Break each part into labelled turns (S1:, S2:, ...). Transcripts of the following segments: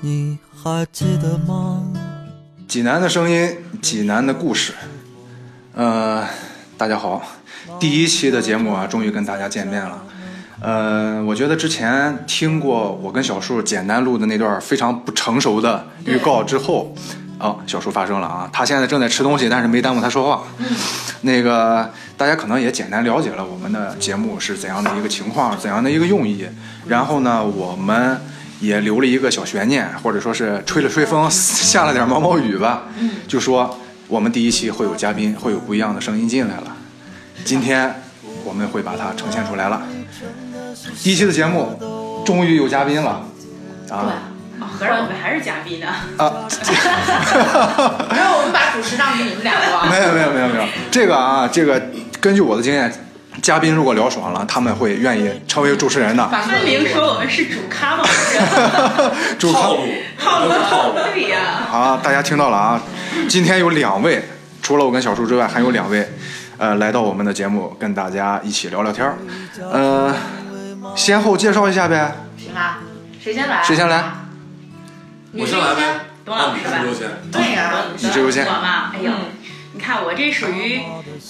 S1: 你还记得吗？
S2: 济南的声音，济南的故事。呃，大家好，第一期的节目啊，终于跟大家见面了。呃，我觉得之前听过我跟小树简单录的那段非常不成熟的预告之后，啊，小树发声了啊，他现在正在吃东西，但是没耽误他说话。那个大家可能也简单了解了我们的节目是怎样的一个情况，怎样的一个用意。然后呢，我们也留了一个小悬念，或者说是吹了吹风，下了点毛毛雨吧，就说我们第一期会有嘉宾，会有不一样的声音进来了。今天我们会把它呈现出来了。第一期的节目终于有嘉宾了，啊
S3: 哦合着我们还是嘉宾呢？
S2: 啊！
S3: 然后我们把主持让给你们啊俩了。
S2: 没有没有没有没有，这个啊，这个根据我的经验，嘉宾如果聊爽了，他们会愿意成为主持人的。
S3: 分明说我们是主咖嘛，是
S2: 主
S4: 套
S2: 咖
S3: 套
S4: 路，
S3: 路套路对呀。
S2: 啊，大家听到了啊，今天有两位，除了我跟小叔之外，还有两位，呃，来到我们的节目跟大家一起聊聊天儿，呃，先后介绍一下呗。
S3: 行啊，谁先来？
S2: 谁先来？
S4: 我先来呗，
S3: 董老
S4: 那
S3: 师
S4: 你
S3: 吧
S4: 是优先。
S3: 对呀，
S2: 你最优先嗯
S3: 我嘛，哎呀，你看我这属于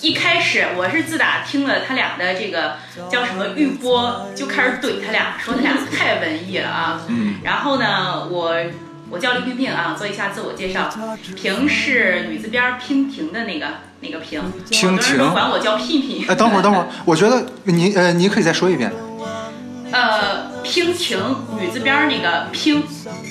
S3: 一开始我是自打听了他俩的这个
S2: 嗯
S3: 叫什么预播，就开始怼他俩，说他俩太文艺了啊。
S2: 嗯。
S3: 然后呢，我我叫林萍萍啊，做一下自我介绍，萍是女字边儿娉婷的那个那个萍，
S2: 娉婷
S3: 很多人都管我叫娉娉。
S2: 哎，等会儿等会儿，我觉得你呃，你可以再说一遍，
S3: 呃，娉婷女字边儿那个娉，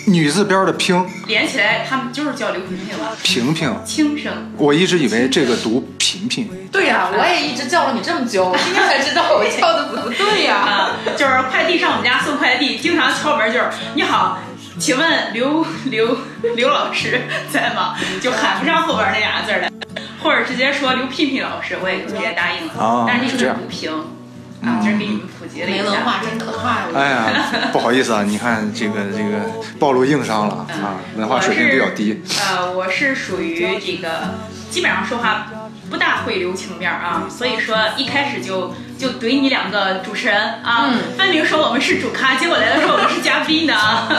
S2: 女字边儿的娉
S3: 连起来他们就是叫刘萍萍了，
S2: 萍萍，
S3: 轻声。
S2: 我一直以为这个读频频。
S5: 对呀、我也一直叫了你这 么久，我今天才知道我叫的不对呀、
S3: 啊，就是快递上我们家送快递，经常敲门就是你好，请问刘刘刘老师在吗？就喊不上后边那俩字儿来，或者直接说刘聘聘老师，我也就直接答应了。
S2: 哦
S3: 但是这
S2: 这
S3: 是
S2: 样
S3: 不平啊，这是给你们普及了一
S5: 没文
S3: 下。
S5: 化真可怕呀！
S2: 哎呀，不好意思啊，你看这个这个暴露硬伤了啊，文化水平比较低。
S3: 呃，我是属于这个基本上说话不大会留情面儿啊，所以说一开始就就怼你两个主持人啊，
S5: 嗯
S3: 分明说我们是主咖，结果来了说我们是嘉 宾的啊，
S5: 把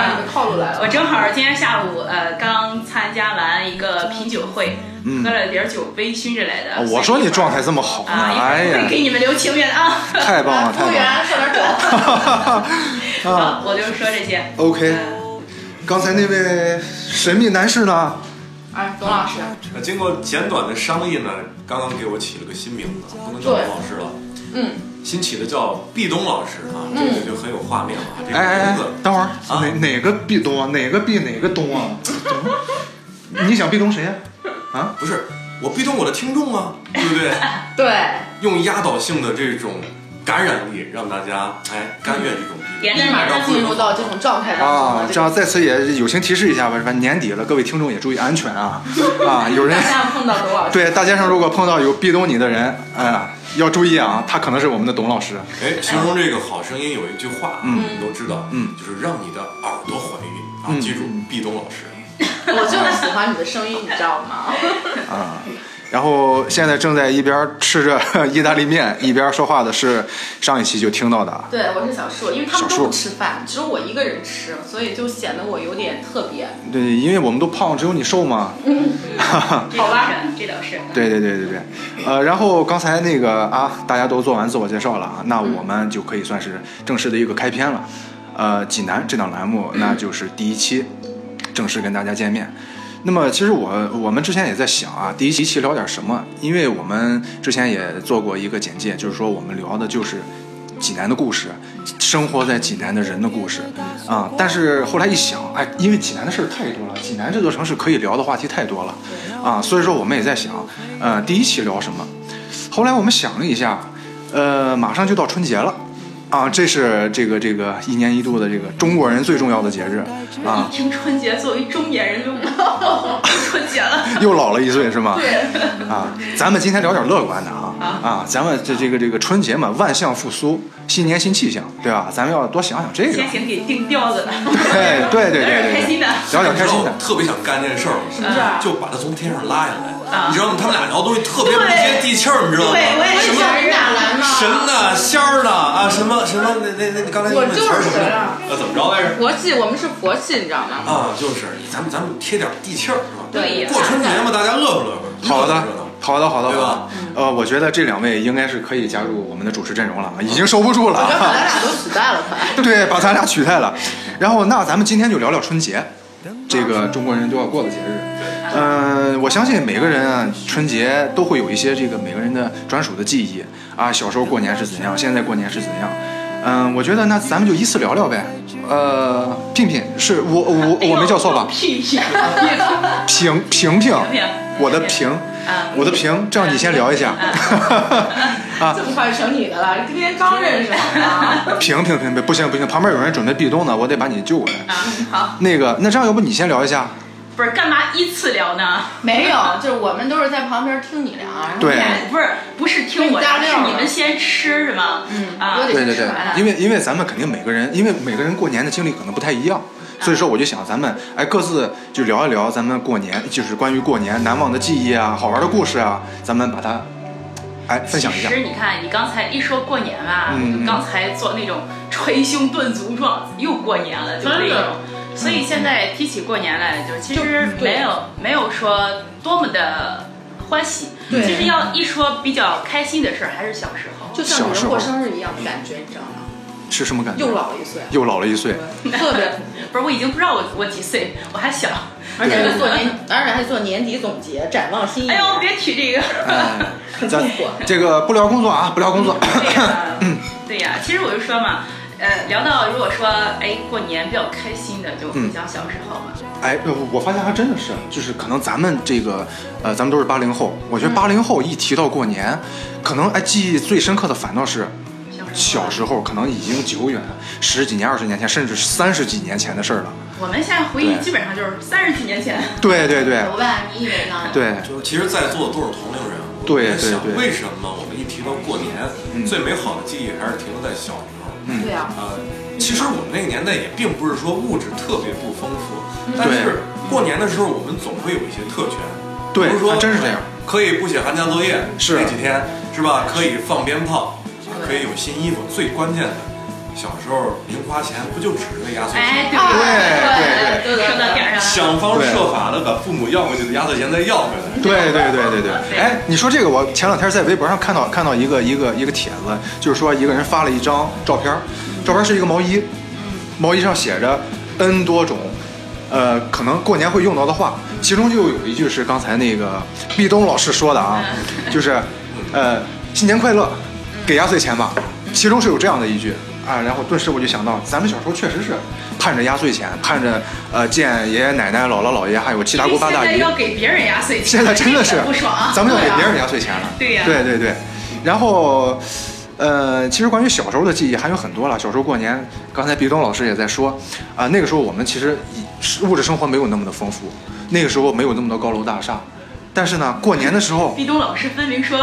S3: 啊
S5: 你们套路来了。
S3: 我正好今天下午呃刚参加完一个品酒会，
S2: 嗯哦
S3: 喝了点酒，微醺着来的。
S2: 我说你状态这么好呢，
S3: 啊，
S2: 哎
S3: 一会儿会
S2: 呀，
S3: 给你们留情面的啊。
S2: 太棒了，
S5: 服务
S2: 太
S5: 员，上点酒。
S2: 棒了啊
S3: 啊，我就说这些。
S2: ！OK，
S3: 嗯
S2: 刚才那位神秘男士呢？
S5: 哎，董老师，
S4: 那经过简短的商议呢，刚刚给我起了个新名字，啊不能叫董老师了，
S5: 嗯，
S4: 新起的叫壁咚老师啊，这个就很有画面了啊，这
S2: 哎哎
S4: 个名
S2: 哎
S4: 字。，
S2: 等会儿哪哪个壁咚啊？哪个壁哪个咚啊？你想壁咚谁呀？啊，
S4: 不是我壁咚我的听众啊，对不对？
S5: 对，
S4: 用压倒性的这种感染力，让大家哎甘愿这种壁
S3: 连着
S5: 立马
S3: 你
S5: 就
S3: 的
S5: 进入到这种状态当中
S2: 啊
S5: 了。，
S2: 这样在此也友情提示一下吧，反正年底了，各位听众也注意安全啊！啊，有人
S5: 大家碰到董老师，
S2: 对大街上如果碰到有壁咚你的人，哎、要注意啊，他可能是我们的董老师。
S4: 哎，形容这个好声音有一句话，啊
S2: 嗯
S4: 你们都知道，
S2: 嗯
S4: 就是让你的耳朵怀孕啊，
S2: 嗯
S4: 记住壁咚老师。
S5: 我就是喜欢你的声音，你知道 吗？
S2: 啊。然后现在正在一边吃着意大利面一边说话的是上一期就听到的啊，
S5: 对，我是小树，因为他
S2: 小
S5: 们
S2: 树
S5: 都不吃饭，只有我一个人吃，所以就显得我有点特别。
S2: 对，因为我们都胖，只有你瘦嘛。
S3: 这倒是，这倒是。
S2: 对对对对对，呃，然后刚才那个啊，大家都做完自我介绍了啊，那我们就可以算是正式的一个开篇了。呃，济南这档栏目，那就是第一期正式跟大家见面。那么，其实我我们之前也在想啊，第一期期聊点什么？因为我们之前也做过一个简介，就是说我们聊的就是济南的故事，生活在济南的人的故事啊。但是后来一想，哎，因为济南的事儿太多了，济南这座城市可以聊的话题太多了啊，所以说我们也在想，呃，第一期聊什么？后来我们想了一下，呃，马上就到春节了。啊，这是这个这个一年一度的这个中国人最重要的节日啊
S3: 一，听春节，作为中年人就春节了。
S2: 又老了一岁是吗？
S5: 对，
S2: 啊，咱们今天聊点乐观的啊啊，咱们这这个这个春节嘛，万象复苏，新年新气象，对吧？咱们要多想想这个
S3: 先，行给定调子了，
S2: 对对对对
S3: 聊点开
S2: 对
S3: 心的
S2: 对，聊点开心的
S4: 你知道我。特别想干这事儿，嗯
S5: 么事儿
S4: 就把他从天上拉下来
S3: 啊。
S4: 你知道吗？他们俩聊东西特别不接地气儿，你知道 吗？
S3: 对我也
S4: 什
S3: 是
S4: 么
S5: 想人哪来呢？
S4: 神的、仙儿的啊，什么什么那那那，你刚才
S5: 我
S4: 那词儿
S5: 就是
S4: 什么
S5: 神
S4: 来
S5: 啊
S4: 着？呃，怎么着来着？
S5: 佛系，我们是佛系，你知道 吗？
S4: 啊，就是咱们咱们贴点地气儿是吧？
S5: 对
S4: 过春节嘛，大家乐呵乐呵，
S2: 好的
S4: 热闹热闹，
S2: 好的，好的，好
S4: 对
S2: 的
S4: 吧。
S2: 呃，我觉得这两位应该是可以加入我们的主持阵容了，已
S4: 嗯
S2: 经收不住了
S5: 咱
S2: 啊。
S5: 俩都取代了，快。
S2: 对，把咱俩取代了。然后，那咱们今天就聊聊春节，这个中国人都要过的节日。嗯、我相信每个人啊，春节都会有一些这个每个人的专属的记忆啊。小时候过年是怎样，现在过年是怎样？嗯、我觉得那咱们就依次聊聊呗。呃，聘聘是我我我没叫错吧？
S3: 屁屁，
S2: 平平平
S3: 平，
S2: 我的平， 嗯
S3: 啊
S2: 我的平，这样你先聊一下。
S5: 这么快成你的了？今天刚认识啊。
S2: 平平平平，不行不行，旁边有人准备壁咚呢，我得把你救过来。
S3: 啊，好，
S2: 那个，那这样要不你先聊一下？
S3: 不是干嘛依次聊呢？
S5: 没有，就是我们都是在旁边听你聊，然后
S2: 对
S5: 你俩
S3: 不是不是听我
S5: 加
S3: 的，
S5: 料
S3: 是
S5: 了
S3: 你们先吃是吗？
S5: 嗯
S3: 啊
S5: 我，得
S2: 对对
S5: 吃
S2: 对
S5: 完了，
S2: 因为因为咱们肯定每个人，因为每个人过年的经历可能不太一样，所以说我就想咱们哎各自就聊一聊咱们过年，就是关于过年难忘的记忆啊、好玩的故事啊，咱们把它哎分享一下
S3: 其。实你看，你刚才一说过年吧，
S2: 嗯
S3: 就刚才做那种捶胸顿足状，又过年了，就是那
S5: 真的
S3: 种。所以现在提起过年来，就是其实
S5: 就对
S3: 没有没有说多么的欢喜。
S5: 对
S3: 其实要一说比较开心的事儿，还是小时候。
S5: 就像你们过生日一样的感觉，你知道吗？
S2: 是什么感觉？
S5: 又老了一岁，
S2: 又老了一 岁。
S5: 特别，
S3: 不是，我已经不知道我我几岁，我还小。
S5: 而且还做年，而且还做年底总结，展望新一
S3: 哎
S5: 年。
S3: 呦，别提这个。
S2: 哎，
S5: 很
S2: 咱
S5: 痛苦啊嗯
S2: 这个不聊工作啊，不聊工作。
S3: 对呀， 对呀，其实我就说嘛，呃，聊到如果说哎过年比较开心的，就回想小时候嘛。
S2: 哎，呃我发现还真的是，就是可能咱们这个，呃，咱们都是八零后，我觉得八零后一提到过年，可能哎记忆最深刻的反倒是小时候，可能已经久远，十几年、二十年前，甚至三十几年前的事儿了。
S3: 我们现在回忆基本上就是三十几年前，
S2: 对对对
S5: 有吧？你以为呢？
S2: 对，
S4: 就是其实，在座的都是同龄人，我
S2: 对嗯
S4: 在想
S2: 对对
S4: 为什么我们一提到过年，最美好的记忆还是停留在小时候？
S5: 对啊，
S4: 呃，其实我们那个年代也并不是说物质特别不丰富，
S2: 嗯
S4: 但
S2: 对
S4: 是过年的时候我们总会有一些特权，
S2: 对啊
S4: 比如说
S2: 还真是这样，
S4: 可以不写寒假作业，
S2: 是
S4: 那几天是吧？可以放鞭炮，可以有新衣服，最关键的，小时候零花钱不就指着那压岁钱吗？
S3: 哎，对
S2: 对
S5: 对对
S3: 说到点儿上了。
S4: 想方设法的把父母要回去的压岁钱再要回来。
S2: 对对对对对，哎，你说这个，我前两天在微博上看到看到一个一个一个帖子，就是说一个人发了一张照片儿，照片儿是一个毛衣，毛衣上写着 N 多种，呃，可能过年会用到的话，其中就有一句是刚才那个壁咚老师说的啊，就是，呃，新年快乐，给压岁钱吧，其中是有这样的一句。啊，然后顿时我就想到，咱们小时候确实是盼着压岁钱，盼着呃见爷爷奶奶、姥姥姥爷，还有七大
S3: 因为
S2: 姑八
S3: 现
S2: 大姨。
S3: 在要给别人压岁钱，
S2: 现在真 的是
S3: 这个不爽。啊
S2: 咱们要给别人压岁钱了。
S3: 对呀
S2: 对对对。然后，呃，其实关于小时候的记忆还有很多了。小时候过年，刚才毕东老师也在说，啊、那个时候我们其实以物质生活没有那么的丰富，那个时候没有那么多高楼大厦，但是呢，过年的时 候
S3: 壁咚老师分明说，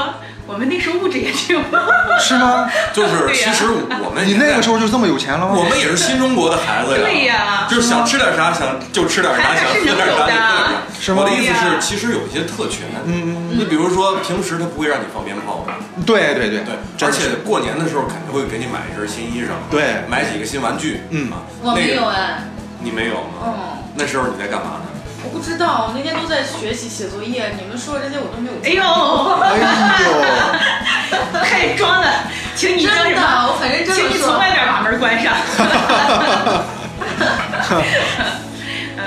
S3: 我们那时候物质也挺不好。
S2: 是吗？
S4: 就是
S3: 对呀
S4: 其实我们
S2: 你那个时
S4: 候，
S2: 候就这么有钱了吗
S4: 我？们也是新中国的孩子呀。
S3: 对呀
S4: 就是想吃点啥想就吃点啥，
S3: 还
S4: 想
S3: 是
S4: 喝点啥就喝点啥。
S2: 是吗
S4: 我的意
S3: 对
S4: 思
S5: 啊
S3: 呀
S4: 是，其实有一些特权。嗯嗯。你比如说，平时他不会让你放鞭炮的，
S2: 对对对，
S4: 对，
S2: 真
S4: 而
S2: 是
S4: 且过年的时候肯定会给你买一身新衣裳，
S2: 对
S4: 买几个新玩具。
S2: 嗯
S4: 啊
S5: 我没有
S4: 那个
S5: 哎，
S4: 你没有吗？
S5: 嗯，
S4: 那时候你在干嘛呢？
S5: 我不知道，我那天都在学习写作业，你们说的这些我都没有。
S3: 哎呦，
S2: 哎呦。
S3: 太装了，请你
S5: 真
S3: 叫什
S5: 的，
S3: 么？
S5: 我很认真
S3: 请
S5: 的
S3: 你从
S5: 说。
S3: 外边把门关 上。 嗯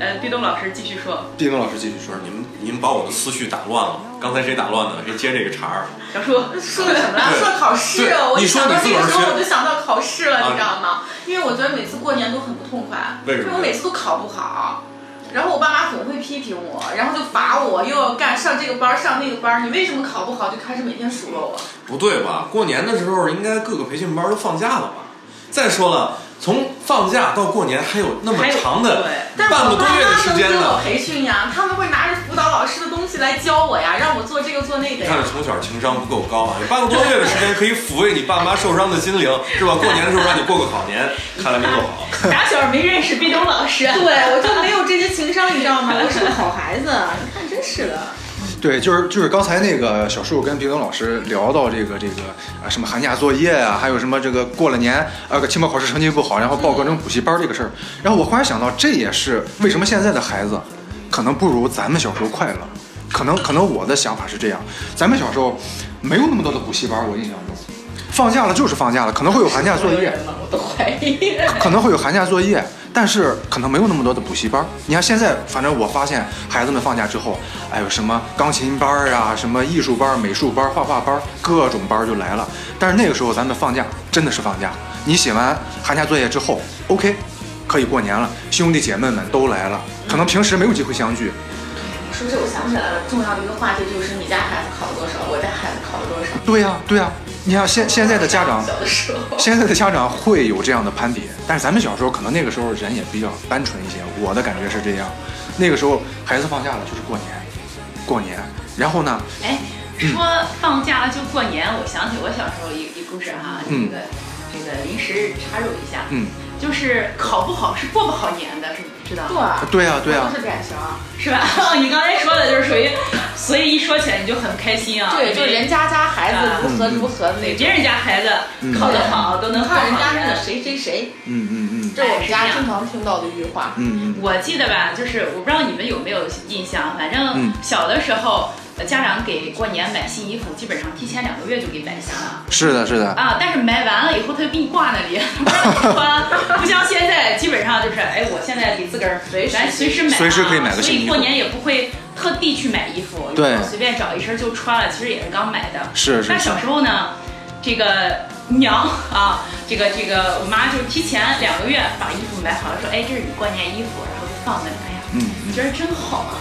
S3: 呃，壁咚老师继续说，
S2: 毕东老师继续说
S4: 不是，你们，你们把我的思绪打乱了。刚才谁打乱的？谁接这个茬儿？
S3: 小叔
S5: 说的什么了？
S4: 对
S5: 说考试
S4: 对，
S5: 我一
S4: 你说
S5: 想到
S4: 你
S5: 这个
S4: 自个儿
S5: 时候
S4: 学
S5: 我就想到考试了，
S4: 啊
S5: 你知道吗？因为我觉得每次过年都很不痛快，
S4: 为什
S5: 因
S4: 么
S5: 为我每次都考不好。然后我爸妈总会批评我，然后就罚我，又要干上这个班儿上那个班儿，你为什么考不好？就开始每天数落我。
S4: 不对吧？过年的时候应该各个培训班都放假了吧？再说了，从放假到过年还有那么
S3: 还有
S4: 长的
S5: 但是
S4: 半
S5: 我
S4: 个
S5: 爸
S4: 多
S5: 妈
S4: 月的时
S5: 能
S4: 间
S5: 给我
S4: 呢。
S5: 培训呀，他们会拿着辅导老师的东西来教我呀，让我做这个做那个
S4: 你看
S5: 呀。
S4: 这从小情商不够高啊！有半个多月的时间可以抚慰你爸妈受伤的心灵，是吧？过年的时候让你过个好年，看来没做好。
S3: 打小没认识毕东老师，
S5: 对，我就没有这些情商，你知道吗？我是个好孩子，你看真是的。
S2: 对，就是就是刚才那个小树跟毕东老师聊到这个这个啊什么寒假作业啊，还有什么这个过了年啊个期末考试成绩不好，然后报各种补习班这个事儿，然后我忽然想到，这也是为什么现在的孩子可能不如咱们小时候快乐，可能可能我的想法是这样，咱们小时候没有那么多的补习班，我印象中，放假了就是放假了，可能会有寒假作业，
S5: 了，我都怀疑。
S2: 可能会有寒假作业，但是可能没有那么多的补习班儿。你看现在，反正我发现孩子们放假之后，哎有什么钢琴班儿啊，什么艺术班儿、美术班儿、画画班儿，各种班儿就来了。但是那个时候咱们放假真的是放假，你写完寒假作业之后，OK，可以过年了，兄弟姐妹们都来了，可能平时没有机会相聚，
S5: 是不是我想起来了，重要的一个话题就是你家孩子考了多少，我家孩子考了多少。
S2: 对呀、对呀、你看现现在的家长，
S5: 小的时候，
S2: 现在的家长会有这样的攀比，但是咱们小时候可能那个时候人也比较单纯一些，我的感觉是这样。那个时候孩子放假了就是过年，过年，然后呢，
S3: 哎，说放假了就过年，我想起我小时候一一故事哈、这
S2: 嗯
S3: 个、这个临时插入一下，
S2: 嗯，
S3: 就是考不好是过不好年的，是知道吗？
S5: 对，啊
S2: 对呀、对呀、啊
S5: 就是典型。
S3: 是吧？ 你刚才说的就是属于，所以一说起来你就很开心啊。
S5: 对，就人家家孩
S3: 啊
S5: 子如何如何的那
S3: 对
S5: 种。
S3: 别人家孩子
S2: 嗯
S3: 考得好都能考
S5: 看人家那
S3: 那
S5: 个谁谁谁，
S2: 嗯嗯嗯
S5: 这是我们
S3: 哎
S5: 家
S3: 是这样
S5: 经常听到的一句话。
S2: 嗯嗯，
S3: 我记得吧，就是我不知道你们有没有印象，反正
S2: 嗯
S3: 小的时候，呃家长给过年买新衣服，基本上提前两个月就给买下了
S2: 是的，是的，
S3: 啊。但是买完了以后，他就给你挂那里， 不让你穿。不像现在，基本上就是，哎，我现在给自个儿
S5: 随时
S3: 咱随时买、啊，
S2: 随时可以买个新衣服
S3: 所以过年也不会特地去买衣服，
S2: 对
S3: 随便找一身就穿了，其实也是刚买的。
S2: 是是
S3: 但
S2: 是，
S3: 小时候呢，这个娘啊，这个这个我妈就提前两个月把衣服买好了，说，哎，这是你过年衣服，然后就放那里，哎呀，
S2: 嗯嗯。
S3: 觉得真好啊。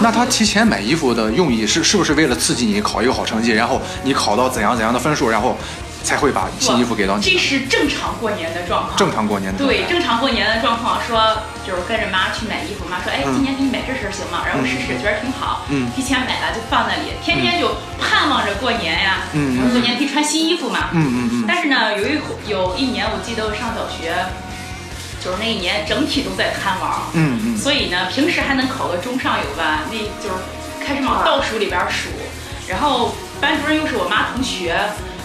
S2: 那他提前买衣服的用意是是不是为了刺激你考一个好成绩，然后你考到怎样怎样的分数，然后才会把新衣服给到
S3: 这
S2: 你？
S3: 是正常过年的状况。
S2: 正常过年的状态
S3: 对，正常过年的状况，说就是跟着妈去买衣服，妈说，哎，
S2: 嗯
S3: 今年给你买这身行吗？然后试试，觉得挺好，
S2: 嗯
S3: 提前买了就放那里，天天就盼望着过年呀，
S2: 嗯嗯
S3: 然后过年可以穿新衣服嘛，
S2: 嗯嗯嗯，
S3: 但是呢，有一回有一年，我记得我上小学，就是那一年整体都在贪玩儿，
S2: 嗯嗯
S3: 所以呢，平时还能考个中上游吧，那就是开始往倒数里边儿数，然后班主任又是我妈同学，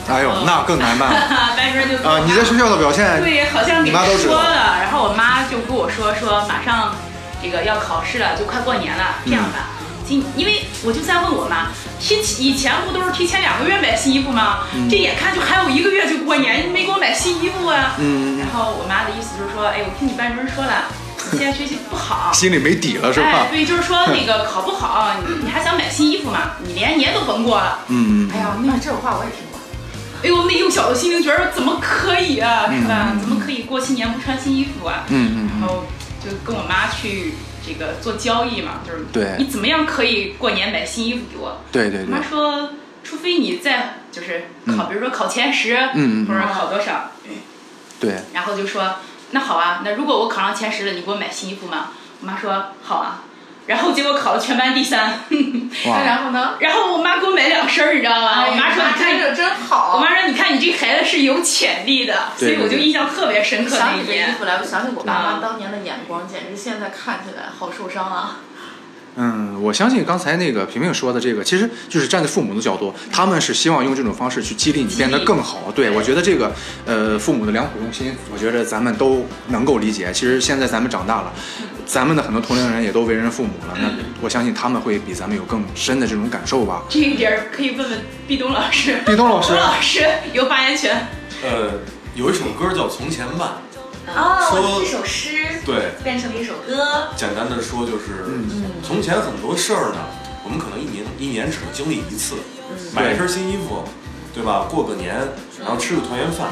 S2: 哎呦，那更难办了
S3: 班主任就跟我
S2: 啊！
S3: 妈
S2: 你在学校的表现
S3: 对，好像
S2: 你
S3: 给
S2: 妈都知
S3: 说
S2: 道
S3: 了，然后我妈就跟我说说马上这个要考试了，就快过年了，这样吧。
S2: 嗯
S3: 今因为我就在问我妈，提前以前不都是提前两个月买新衣服吗？
S2: 嗯
S3: 这眼看就还有一个月就过年，你没给我买新衣服啊。
S2: 嗯嗯嗯，
S3: 然后我妈的意思就是说，哎，我听你班主任说了，你现在学习不好
S2: 心里没底了是
S3: 哎
S2: 吧，？
S3: 对，就是说那个考不好，你你还想买新衣服吗？你连年都甭过了。
S2: 嗯嗯
S5: 哎呀，那这种话我也听过。
S3: 哎呦，那幼小的心灵觉得怎么可以啊，是吧？
S2: 嗯嗯嗯
S3: 怎么可以过新年不穿新衣服啊？
S2: 嗯嗯
S3: 然后就跟我妈去这个做交易嘛，就是
S2: 对
S3: 你怎么样可以过年买新衣服给我？
S2: 对对
S3: 我
S2: 对
S3: 妈，说，除非你在就是考，比如说考前十，
S2: 嗯嗯嗯
S3: 或者考多少，
S2: 对，
S3: 然后就说那好啊，那如果我考上前十了，你给我买新衣服吗？我妈说好啊，然后结果考了全班第三，
S5: 那
S2: 哇，
S5: 然后呢？
S3: 然后我妈给我买两身儿，你知道吗？我妈说你看
S5: 哎真
S3: 你
S5: 是真好。
S3: 我妈说：“你看你这孩子是有潜力的，所
S2: 对
S3: 以我就印象特别深刻那
S5: 想
S3: 一
S5: 起这衣
S3: 年。
S5: 服来，我想起我爸
S3: 啊
S5: 妈当年的眼光，简直现在看起来好受伤啊！
S2: 嗯，我相信刚才那个平平说的这个，其实就是站在父母的角度，他们是希望用这种方式去激励你
S3: 激励
S2: 变得更好。对我觉得这个，呃，父母的良苦用心，我觉得咱们都能够理解。其实现在咱们长大了，咱们的很多同龄人也都为人父母了，那我相信他们会比咱们有更深的这种感受吧。
S3: 这一点儿可以问问毕东老师，
S2: 毕东老
S3: 毕
S2: 师
S3: 东，老师有发言权。
S4: 呃，有一首歌叫《从前慢
S3: 啊
S6: 哦，
S4: 说
S6: 我是一首诗》，
S4: 对，
S6: 变成了一首歌，
S4: 简单的说就是，
S2: 嗯
S4: 从前很多事儿呢，我们可能一年一年只能经历一次，
S5: 嗯
S4: 买一身新衣服，对吧？过个年，然后吃个团圆饭。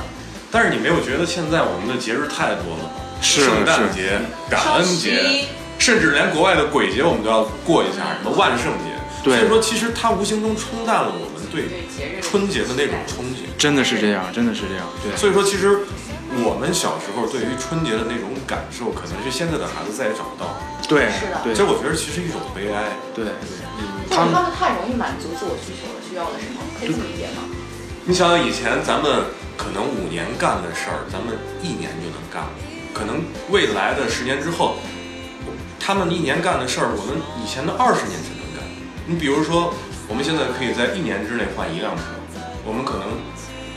S4: 但是你没有觉得现在我们的节日太多了？
S2: 是
S4: 圣诞
S2: 是
S4: 节、感恩
S5: 双十
S4: 节、
S5: 一
S4: 甚至连国外的鬼节我们都要过一下，什么万圣节。
S2: 对
S4: 所以说其实它无形中冲淡了我们对
S5: 对节日
S4: 春节的那种憧憬。
S2: 真的是这样，真的是这样，对。
S4: 所以说，其实我们小时候对于春节的那种感受，可能是现在的孩子再也找不到。
S2: 对
S6: 是的
S2: 对
S4: 其实我觉得其实一种悲哀。
S2: 对，嗯
S6: 或者他们太容易满足自我需求了，需要的是什么？可以这么理解吗？
S4: 你想想以前咱们可能五年干的事儿，咱们一年就能干了，可能未来的十年之后，他们一年干的事儿，我们以前的二十年才能干。你比如说，我们现在可以在一年之内换一辆车，我们可能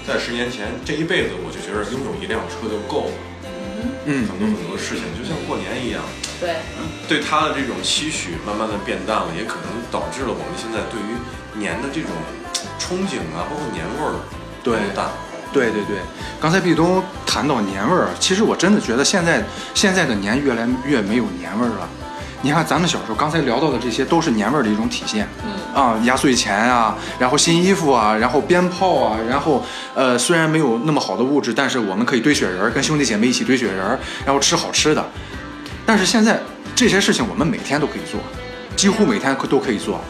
S4: 在十年前这一辈子我就觉得拥有一辆车就够了。
S2: 嗯
S4: 很多很多事情就像过年一样，
S6: 对，
S4: 对它的这种期许慢慢的变淡了，也可能导致了我们现在对于年的这种憧憬啊，包括年味儿
S2: 对
S4: 都淡了。
S2: 对对对。刚才壁咚谈到年味儿，其实我真的觉得现在现在的年越来越没有年味儿了。你看，咱们小时候刚才聊到的这些，都是年味儿的一种体现。嗯啊，压岁钱啊，然后新衣服啊，然后鞭炮啊，然后呃，虽然没有那么好的物质，但是我们可以堆雪人儿，跟兄弟姐妹一起堆雪人儿，然后吃好吃的。但是现在这些事情我们每天都可以做，几乎每天都可以做，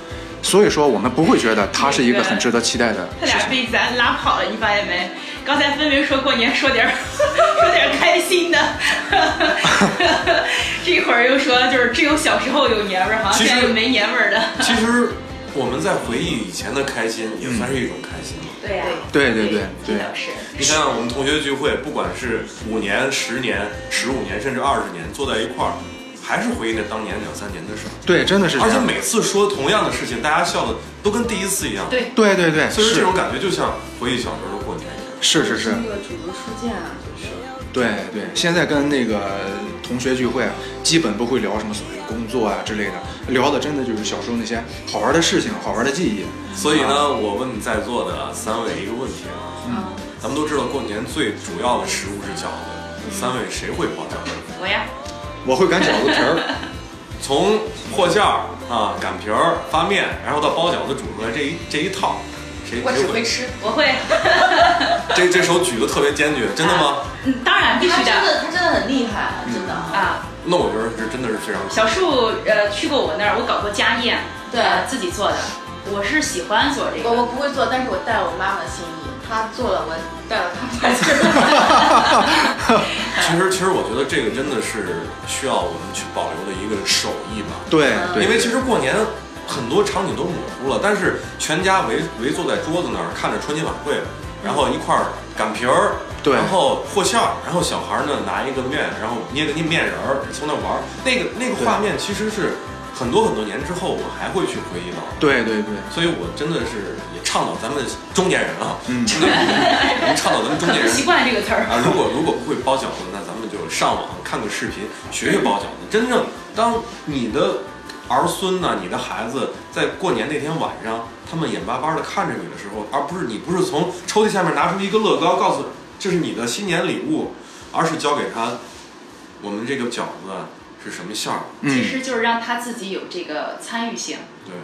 S2: 所以说我们不会觉得它是一个很值得期待的
S3: 他
S2: 事
S3: 俩
S2: 情。
S3: 被咱拉跑了，你发现没？刚才分明说过年说点儿 说点儿开心的，这一会儿又说就是只有小时候有年味儿，好像
S4: 其实
S3: 现在又没年味儿的。
S4: 其实我们在回忆以前的开心，也算是一种开心嘛。
S5: 啊
S6: 对呀，
S2: 对对对对
S6: 这倒是。
S2: 嗯
S4: 你想想，我们同学聚会，不管是五年、十年、十五年，甚至二十年，坐在一块儿，还是回忆着当年两三年的事儿。
S2: 对，真的是这
S4: 而且
S2: 样。
S4: 每次说同样的事情，大家笑的都跟第一次一样。
S6: 对
S2: 对对对，
S4: 所以说这
S2: 是
S4: 种感觉就像回忆小时候的过年一样。
S2: 是是是，
S5: 那个组织事件啊，就是
S2: 对对。现在跟那个同学聚会啊，基本不会聊什么所谓工作啊之类的，聊的真的就是小时候那些好玩的事情、好玩的记忆。
S4: 所以呢，我问在座的三位一个问题啊，
S2: 嗯
S4: 咱们都知道过年最主要的食物是饺
S2: 嗯
S4: 子，三位谁会包饺子？
S3: 我呀，
S2: 我会擀饺子皮儿，
S4: 从和馅儿啊、擀皮儿、发面，然后到包饺子煮出来这一这一套，谁
S6: 我
S4: 谁
S6: 只会吃，
S3: 我会，
S4: 这这手举得特别坚决，真的吗？
S3: 嗯，当然必
S6: 他
S3: 须
S6: 真
S3: 的
S6: 的他真的很厉害，真的啊。
S3: 啊。
S4: 那我觉得是真的是非常
S3: 小树呃去过我那儿，我搞过家宴，
S6: 对
S3: 呃自己做的，我是喜欢做这
S6: 我
S3: 个。
S6: 我不会做，但是我带了我妈妈的心意，她做了我带了她来吃。
S4: 其实其实我觉得这个真的是需要我们去保留的一个手艺吧，
S2: 对对，
S4: 因为其实过年。很多场景都模糊了，但是全家围围坐在桌子那儿看着春节晚会，然后一块儿擀皮儿，
S2: 嗯对
S4: 然后和馅儿，然后小孩儿呢拿一个面，然后捏个捏面人儿，从那玩儿，那个那个
S2: 对
S4: 画面其实是很多很多年之后我还会去回忆到的。
S2: 对对对，
S4: 所以我真的是也倡导咱们中年人啊，
S2: 嗯
S4: 真的是 我们倡导咱们中
S3: 很
S4: 年
S3: 不 习
S4: 人
S3: 惯这个词儿，
S4: 啊，如果如果不会包饺子，那咱们就上网看个视频，学学包饺子。真正当你的儿孙呐、你的孩子在过年那天晚上，他们眼巴巴的看着你的时候，而不是你不是从抽屉下面拿出一个乐高，告诉这是你的新年礼物，而是交给他我们这个饺子是什么馅儿，
S3: 其
S2: 嗯，
S3: 实就是让他自己有这个参与性，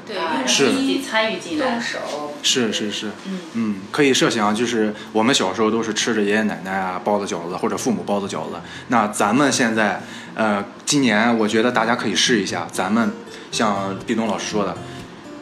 S4: 对。
S6: 对，
S3: 啊
S6: 用
S3: 让
S2: 是
S3: 自己
S6: 心
S3: 参与进来
S6: 动。手，
S2: 是是是，嗯，可以设想，就是我们小时候都是吃着爷爷奶奶啊包的饺子，或者父母包的饺子。那咱们现在，呃，今年我觉得大家可以试一下，咱们像毕东老师说的，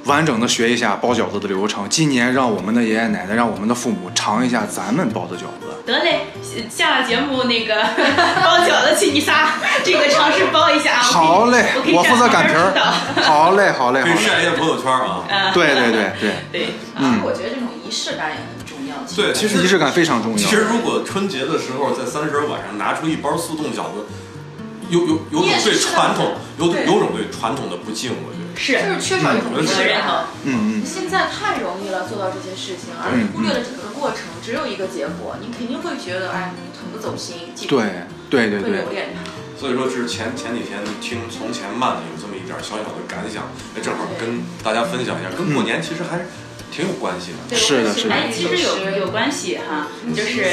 S2: 完整的学一下包饺子的流程。今年让我们的爷爷奶奶，让我们的父母尝一下咱们包的饺子。
S3: 得嘞，下了节目那 个包饺子去你仨，这个尝试包一下啊。
S2: 好嘞
S3: 我可以，
S2: 我负责擀皮
S3: 我可以站旁
S2: 儿。
S3: 边
S2: 好嘞，好嘞，好嗯
S4: 可以
S2: 嘞。
S4: 晒一下朋友圈啊。
S2: 对对对对，
S3: 对，
S6: 啊，
S2: 嗯
S6: 我觉得这种仪式感也很重要。
S4: 对，其实
S2: 仪式感非常重要。
S4: 其实如果春节的时候在三十晚上拿出一包速冻饺子，有有有种对传统有
S6: 对
S4: 有种对传统的不敬，我觉得。
S3: 是
S6: 就是缺少一种
S4: 嗯
S6: 仪
S3: 我
S6: 式
S3: 认
S6: 感。
S3: 同。
S2: 嗯嗯，
S6: 现在太容易了，做到这些事情，而忽略了整个过程，只有一个结果，你肯定会觉得哎，很不走心，记不
S2: 对对对
S6: 会
S2: 对
S6: 留，恋它。
S4: 所以说，就是前前几天听从前慢的有这么一点小小的感想，哎，正好跟大家分享一下，跟过年其实还是挺有关系的。
S6: 嗯对
S2: 是
S6: 我
S2: 的
S6: 会
S2: 是
S6: 喜
S2: 的
S6: 欢
S3: 哎，其实有
S6: 吃
S3: 有关系哈，嗯就是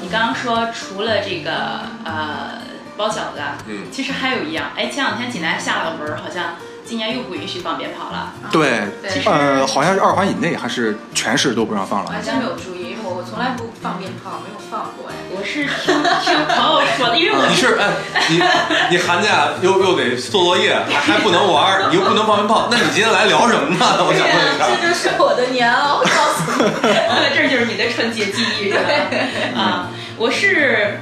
S3: 你刚刚说除了这个呃包饺子，
S4: 嗯，
S3: 其实还有一样，哎，前两天济南下了文儿，好像今年又不允许放鞭炮了。
S2: 对，
S6: 对
S2: 呃，好像是二环以内还是全市都不让放了
S6: 我。还真没有注意，因为我我从来不放鞭炮，没有放过哎。
S3: 我是听听朋友说的，因为我
S4: 你是哎，你你 寒假又又得做作业，还不能玩儿，你又不能放鞭炮，那你今天来聊什么呢？我
S6: 对
S4: 想问一
S6: 呀，
S4: 下。
S6: 这就是我的年哦，我告诉你。
S3: 这就是你的春节记 忆是吧？啊，我是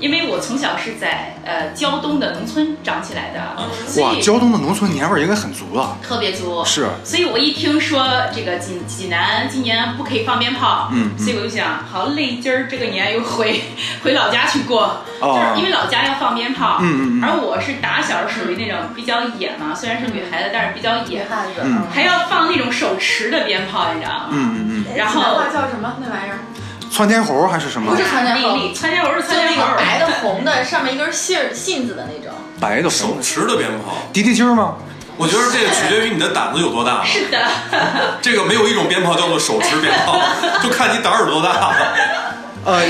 S3: 因为我从小是在呃胶东的农村长起来的，所
S2: 哦哇，
S3: 以
S2: 胶东的农村年味儿应该很足了。
S3: 特别足。
S2: 是，
S3: 所以我一听说这个济济南今年不可以放鞭炮，
S2: 嗯嗯
S3: 所以我就想，好嘞，今儿这个年又回 回老家去过，就是
S2: 哦，
S3: 因为老家要放鞭炮。
S2: 嗯嗯嗯，
S3: 而我是打小属于那种比较野嘛，虽然是女孩子，但是比较野，
S6: 汉语啊
S2: 嗯
S3: 还要放那种手持的鞭炮，你知道吗？
S2: 嗯嗯
S3: 然后
S6: 话叫什么那玩意儿？
S2: 嗯，窜天猴还是什么
S6: 不是窜天猴
S3: 丽，丽，窜天猴是
S6: 就
S3: 窜
S6: 那
S3: 天
S6: 个
S3: 猴，
S6: 白的、红的，上面一根信儿信子的那种。
S2: 白的猴
S4: 手？持的鞭炮，
S2: 迪丽精吗？
S4: 我觉得这个取决于你的胆子有多大。
S3: 是的。
S4: 这个没有一种鞭炮叫做手持鞭炮，就看你胆儿有多大了。
S2: 呃，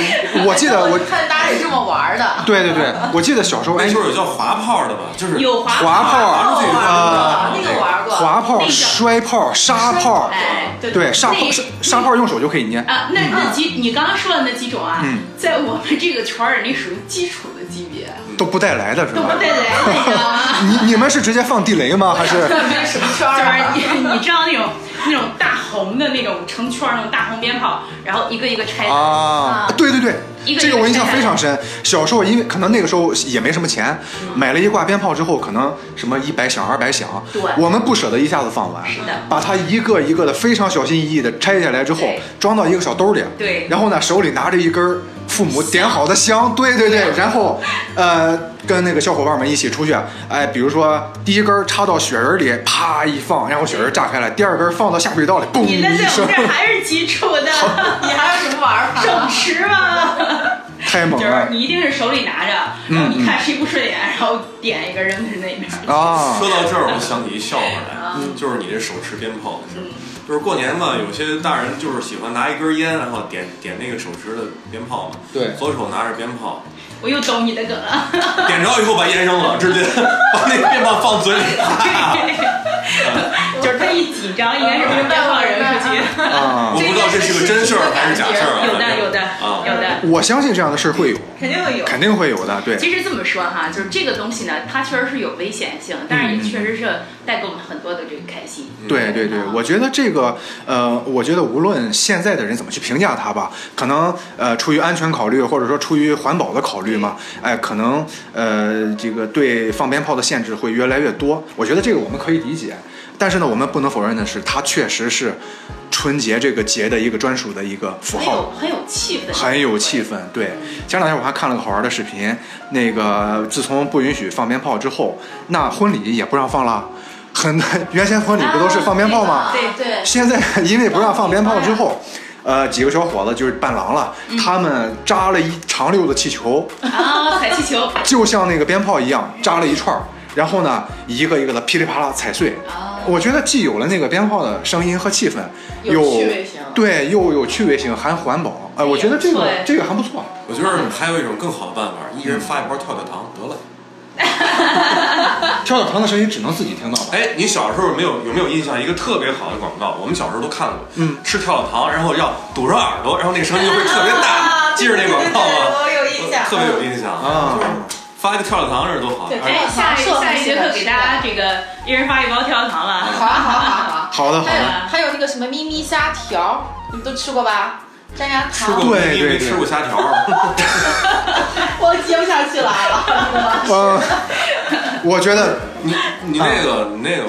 S2: 我记得 我，
S6: 看大家哎也这么玩儿的。
S2: 对对对，我记得小时候，
S4: 那
S2: 哎
S4: 时，候有叫滑炮的吧？就是
S3: 有滑
S2: 滑
S4: 玩
S2: 炮
S4: 出去
S2: 啊
S6: 那个玩哦过。
S2: 滑炮、
S3: 那个
S2: 摔炮、沙炮，
S3: 哎，对
S2: 对，沙炮
S3: 那
S2: 沙沙炮用手就可以捏。
S3: 啊，那那几你刚刚说的那几种啊，
S2: 嗯
S3: 在我们这个圈儿里属于基础的级别，
S2: 都不带来的是
S3: 都不
S6: 哦
S2: 吧？
S3: 带来的，你 知道吗？
S2: 你你们是直接放地雷吗？还是
S6: 这是什么圈
S3: 就是
S6: 儿？啊
S3: 你你知道那种那种大红的那种成圈儿那种大红鞭炮，然后一个一个拆的，
S2: 啊
S6: 啊？
S2: 对对对
S3: 一，个
S2: 这个我印象
S3: 一个
S2: 非常深。小时候因为可能那个时候也没什么钱，
S3: 嗯
S2: 买了一挂鞭炮之后，可能什么一百响、二百响
S3: 对，
S2: 我们不舍得一下子放完，
S3: 是的，
S2: 把它一个一个的非常小心翼翼的拆下来之后
S3: 对，
S2: 装到一个小兜里，
S3: 对
S2: 然后呢手里拿着一根儿父母点好的香，对对对，然 后呃跟那个小伙伴们一起出去，哎，比如说第一根儿插到雪人里，啪一放，然后雪人炸开了，第二根儿放到下水道里，嘣
S3: 你那
S2: 一
S3: 在我
S2: 声
S3: 们，这儿还是基础的，
S6: 你还有什么玩法？
S3: 手持嘛，
S2: 太猛
S3: 就是
S2: 了
S3: 你一定是手里拿着，然后你看谁不顺眼，然后点一个扔在那边儿。
S2: 嗯啊！
S4: 说到这儿，我想起一笑话来，
S2: 嗯
S4: 就是你这手持鞭炮的事儿。就是过年嘛，有些大人就是喜欢拿一根烟，然后点点那个手持的鞭炮嘛。
S2: 对
S4: 左手拿着鞭炮，
S3: 我又懂你的梗了，
S4: 点着以后把烟扔了，直接 把那个鞭炮放嘴里。
S3: 就是他一紧张，应该是被鞭炮扔出去。
S2: 啊
S4: 我，不知道这是个真事儿还是假事儿啊。
S3: 有的，有的
S4: 啊，
S3: 有的，
S2: 我相信这样的事儿会有，
S5: 肯定会有。
S2: 肯定会有的。对，
S3: 其实这么说哈，就是这个东西呢，它确实是有危险性，但是也确实是带给我们很多的这个开心。
S2: 对对对，我觉得这个，呃，我觉得无论现在的人怎么去评价它吧，可能呃出于安全考虑，或者说出于环保的考虑嘛，哎，可能呃这个对放鞭炮的限制会越来越多。我觉得这个我们可以理解，但是呢，我们不能否认的是，它确实是春节这个节的一个专属的一个符
S3: 很
S2: 号
S3: 有。很有气氛，
S2: 很有气氛。对，前两天我还看了个好玩的视频，那个自从不允许放鞭炮之后，那婚礼也不让放了。很原先
S3: 啊
S2: 婚礼不都是放鞭炮吗？
S6: 对对，
S2: 现在因为不让放鞭炮之后。呃，几个小伙子就是伴郎了，
S6: 嗯
S2: 他们扎了一长溜的气球，
S3: 啊，踩气球，
S2: 就像那个鞭炮一样扎了一串儿，然后呢，一个一个的噼里啪啦踩碎。
S6: 哦
S2: 我觉得既有了那个鞭炮的声音和气氛，
S6: 有
S2: 又
S6: 趣味性
S2: 对，又有趣味性，还环保。哎、我觉得这个
S3: 对
S2: 这个还不错。
S4: 我觉得还有一种更好的办法，一人发一包跳跳糖得了。
S2: 跳跳糖的声音只能自己听到吧？
S4: 哎，你小时候有没有有没有印象一个特别好的广告？我们小时候都看过，嗯，吃跳跳糖，然后要堵上耳朵，然后那个声音就会特别 大，记着那广告吗？
S5: 我有印象。
S4: 特别有印象
S2: 啊
S4: 就是发一个跳跳糖是多好，
S6: 对
S4: 而
S3: 哎，
S4: 且
S3: 下一
S6: 是的
S3: 下一节课给
S6: 是的
S3: 大家这个一人发一包跳跳糖了。
S6: 好啊好啊好啊好啊。
S2: 好的，好
S3: 哎
S6: 还有
S2: 的。
S6: 还有那个什么咪咪虾条，你们都吃过吧？粘牙
S4: 吃
S6: 糖，
S4: 过
S2: 对
S4: 没
S2: 对对
S4: 没吃过虾条，
S6: 我接不下去了 啊！
S2: 呃，我觉得
S4: 你你那个你那个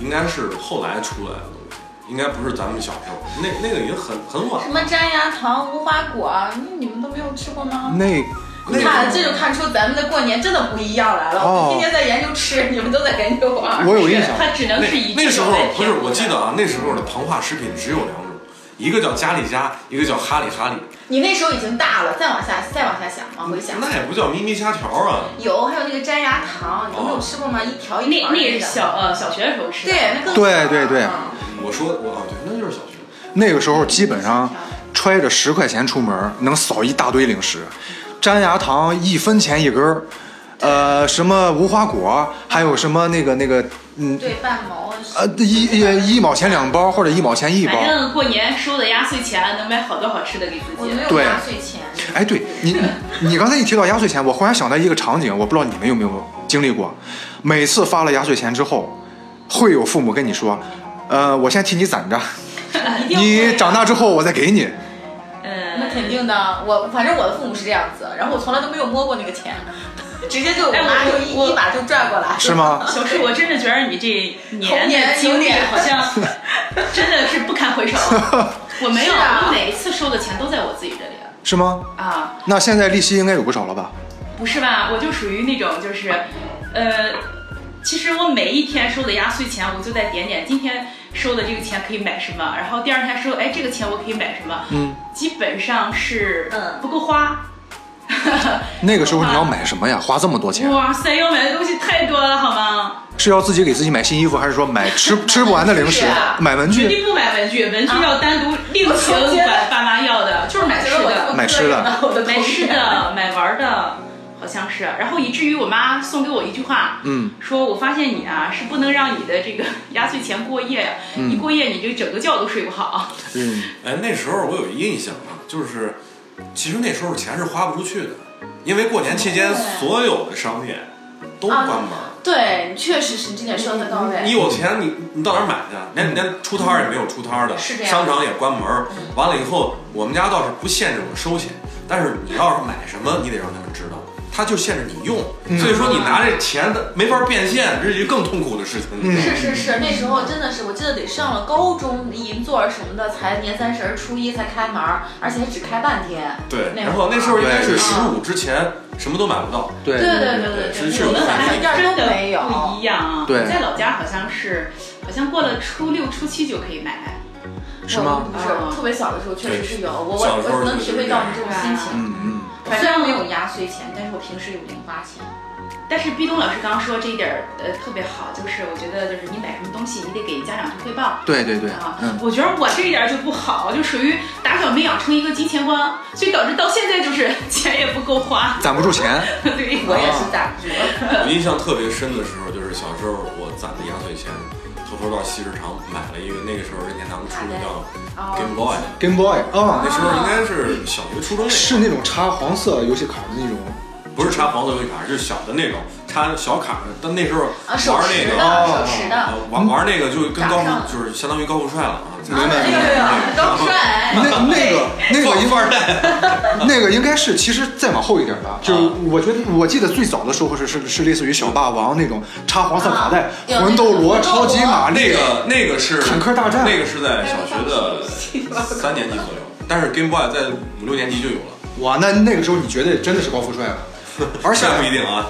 S4: 应该是后来出来的东西，应该不是咱们小时候，那那个已经很很晚
S6: 什。么粘牙糖、无花果，那你们都没有吃过吗？
S2: 那哦
S4: 那
S6: 看，
S4: 个
S6: 这就看出咱们的过年真的不一样来了。我们天天在研究吃，你们都在研究玩。
S2: 我有印象
S3: 它只能是以
S4: 那那时候
S3: 这种来
S4: 不是，
S3: 评
S4: 我记得啊，那时候的膨化食品只有两种，一个叫加利加，一个叫哈利哈利。
S6: 你那时候已经大了，再往下，再往下想，往回想。
S2: 嗯
S4: 那也不叫咪咪虾条啊，
S6: 有，还有那个粘牙糖，你们有吃过
S2: 哦
S6: 吗？一条一
S3: 那
S6: 条
S3: 那也是
S6: 的
S3: 小呃小学的时候吃的。
S6: 对，那更
S2: 对对对
S6: 嗯
S4: 我说我哦对，那就是小学。
S2: 那个时候基本上揣着十块钱出门，能扫一大堆零食，粘牙糖一分钱一根儿。呃，什么无花果，还有什么那个那个，嗯，
S6: 对，半毛啊
S2: 呃，一一一毛钱两包或者一毛钱一包。
S3: 反正过年收的压岁钱能买好多好吃的给自
S6: 我
S3: 己
S6: 没。有
S2: 对
S6: 压岁钱。
S2: 哎，对你， 你你刚才一提到压岁钱，我忽然想到一个场景，我不知道你们有没有经历过。每次发了压岁钱之后，会有父母跟你说：“呃，我先替你攒着，你长大之后我再给你。
S5: 那
S3: 嗯，
S5: 肯定的，我反正我的父母是这样子，然后我从来都没有摸过那个钱， 直接就我
S3: 哎我
S5: 妈就一
S3: 我
S5: 一把就拽过来，”
S2: 是？吗？
S3: 小树，我真的觉得你这年
S5: 童
S3: 的
S5: 年
S3: 经
S5: 有
S3: 历
S5: 点
S3: 好 像真的是不堪回首。我没有，
S5: 是啊
S3: 我每一次收的钱都在我自己这里
S2: 是吗？
S3: 啊。
S2: 那现在利息应该有不少了吧？
S3: 不是吧？我就属于那种就是，呃，其实我每一天收的压岁钱，我就在点点今天收的这个钱可以买什么，然后第二天收，哎，这个钱我可以买什么，
S2: 嗯，
S3: 基本上是
S6: 嗯
S3: 不够花。
S2: 那个时候你要买什么呀？花这么多钱，
S3: 哇塞，要买的东西太多了，好吗？
S2: 是要自己给自己买新衣服，还是说买吃吃不完的零食
S5: 是啊，
S2: 买文
S3: 绝
S2: 具？
S3: 对不买文具，文具要单独另行
S5: 我觉得
S3: 管爸妈要的，就是买吃
S5: 觉得我
S3: 的。
S2: 买吃的
S5: 我的
S3: 买
S5: 头
S3: 吃
S5: 疼
S3: 的，买玩儿的，好像是。然后以至于我妈送给我一句话，
S2: 嗯，
S3: 说我发现你啊是不能让你的这个 压岁钱过夜呀，你过夜你这整个觉都睡不好。
S2: 嗯，
S4: 哎，那时候我有一印象啊，就是其实那时候钱是花不出去的，因为过年期间所有的商店都关门儿。
S6: 啊对，确实是这点说的到
S4: 你
S6: 位。
S4: 有钱，你你到哪儿买去？啊连连出摊儿也没有出摊儿的，
S6: 是这样嗯
S4: 商场也关门儿。完了以后，我们家倒是不限制我收钱，但是你要是买什么，你得让他们知道，他就限制你用。所以说，你拿这钱的没法变现，这是一个更痛苦的事情。你知道吗
S6: 是是是，那时候真的是，我记得得上了高中银座儿什么的，才年三十儿、初一才开门儿，而且还只开半天。
S4: 对，
S6: 那
S4: 然后那时候应该
S6: 对
S4: 是
S6: 嗯
S4: 十五之前什么都买不到。
S2: 对
S6: 对对对
S4: 对
S6: 对
S4: 是
S6: 对，
S4: 有
S6: 我
S4: 的
S6: 们反正一点儿
S3: 真
S6: 都
S3: 的
S6: 没有。
S3: 不一样啊。
S2: 对
S3: 在老家好像是，好像过了初六初七就可以买。
S2: 是吗
S6: 我？不是，特别小的时候确实是有，我我
S4: 小时候
S6: 我能
S4: 就是
S6: 体会到你这种心情。
S2: 嗯嗯，
S6: 虽然没有压岁钱，但是我平时有零花钱。
S3: 但是毕东老师刚刚说这一点儿，呃，特别好，就是我觉得就是你买什么东西，你得给家长去汇报。
S2: 对对对
S3: 啊，
S2: 嗯，
S3: 我觉得我这一点儿就不好，就属于打小没养成一个金钱观，所以导致到现在就是钱也不够花。
S2: 攒不住钱，
S3: 对，
S6: 我也是攒着。
S4: 我印象特别深的时候，就是小时候我攒的压岁钱，偷偷到西市场买了一个，那个时候任天堂出的叫
S6: 啊
S3: 啊哦
S4: Game Boy，
S2: Game Boy 啊
S4: 那时候应该是小学初中那会儿
S2: 是那种插黄色游戏卡的那种，
S4: 不是插黄色游戏卡，是小的那种插小卡的。但那时候
S6: 啊，手
S4: 玩
S6: 持
S4: 那
S6: 的，
S4: 个，
S6: 手
S2: 哦
S6: 持
S4: 呃
S6: 的。
S4: 玩玩那个就跟高
S6: 打上了
S4: 富就是相当于高富帅了啊。
S2: 明 白
S5: 哎
S2: 明
S5: 呦
S2: 白。
S5: 呦，高帅，
S2: 那那个那个应
S4: 富二代，
S2: 那个应该是，其实再往后一点的，就
S4: 啊
S2: 我觉得我记得最早的时候是是是类似于小霸王那种插黄色卡带，
S6: 有那个
S2: 魂斗罗、超级玛
S4: 那
S2: 丽，
S4: 个那个是
S2: 坦克大战
S4: 那个是在小 学的三年级左右，但是 Game Boy 在五六年级就有了，
S2: 哇，那那个时候你绝对真的是高富 帅了，啊而且
S4: 那不一定啊。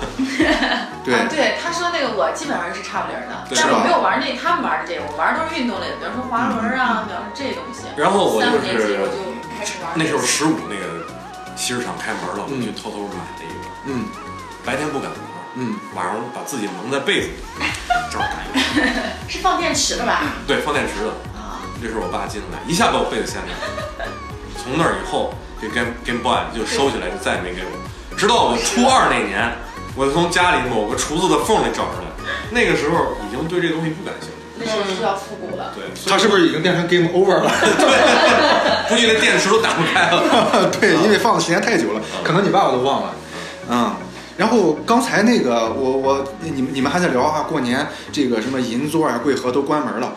S2: 对
S6: 啊，对，他说那个我基本上是差不离儿的，
S4: 对
S6: 但是
S2: 是吧
S6: 我没有玩那他们玩的这个，我玩的都是运动类的，比方说滑轮啊，比方说这些东西。
S4: 嗯然后我
S6: 三
S4: 就
S6: 五年级
S4: 是
S6: 我就开始玩这个。
S4: 那时候十五那个西市场开门了，我就偷偷买了一个，
S2: 嗯
S4: 白天不敢玩，
S2: 嗯，
S4: 晚上把自己蒙在被子里，这样打游戏
S6: 是放电池的吧？
S4: 对，放电池的。
S6: 啊，
S4: 这时候我爸进来，一下把我背到掀开。从那儿以后，这 Game Game Boy 就收起来，就再也没给我。直到我初二那年，我从家里某个厨子的缝里找出来，那个时候已经对这东西不感兴趣。
S6: 那时候是要复古了。
S4: 对，所以
S2: 他是不是已经变成 Game Over 了？
S4: 估计那电池都打不开了？
S2: 对，因为放的时间太久了，可能你爸爸都忘了，嗯。然后刚才那个，我我你们你们还在聊啊，过年这个什么银座啊、贵和都关门了。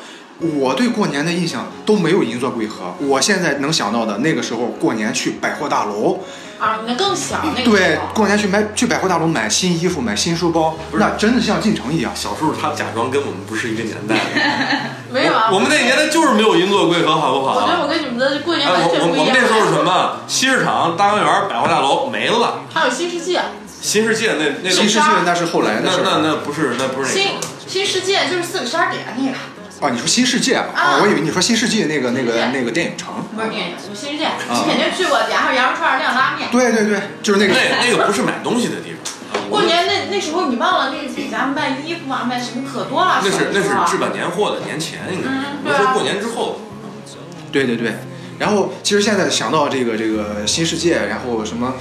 S2: 我对过年的印象都没有银座、贵和。我现在能想到的那个时候过年去百货大楼，
S6: 啊，那更小那个时
S2: 对
S6: 候。，啊
S2: 过年去买去百货大楼买新衣服、买新书包，那真的像进城一样。
S4: 小时候他假装跟我们不是一个年代的，
S6: 没有啊，
S4: 我我们那年代就是没有银座贵和，好不好？
S6: 我觉得我跟你们的过年
S4: 哎，我
S6: 完全
S4: 我
S6: 不一
S4: 我
S6: 样。啊
S4: 们那时候是什么？西市场、大观园、百货大楼没了，
S6: 还有新世界，
S4: 哎新世界那那
S2: 新世界那是后来的
S4: 那
S2: 事儿
S4: 那那不是那不是那个
S6: 新新世界就是四个十二点那个，
S4: 哦
S2: 啊，你说新世界啊？
S6: 啊
S2: 我以为你说新世界那个那个
S6: 对
S2: 那个电影城。
S6: 不是电影，就是新世界，
S4: 啊
S6: 你肯定去过的。还有羊肉串、晾拉面。
S2: 对对对，就是那个。
S4: 那那个不是买东西的地方，啊
S6: 过
S4: 我们
S6: 年那那时候你忘了那给咱们卖衣服啊，卖什么可多了。
S4: 那是那
S6: 小时候啊
S4: 是置办年货的，年前应该是
S6: 嗯，
S4: 不
S6: 对
S4: 是
S6: 啊
S4: 说过年之后。
S2: 对对对，然后其实现在想到这个这个新世界，然后什么，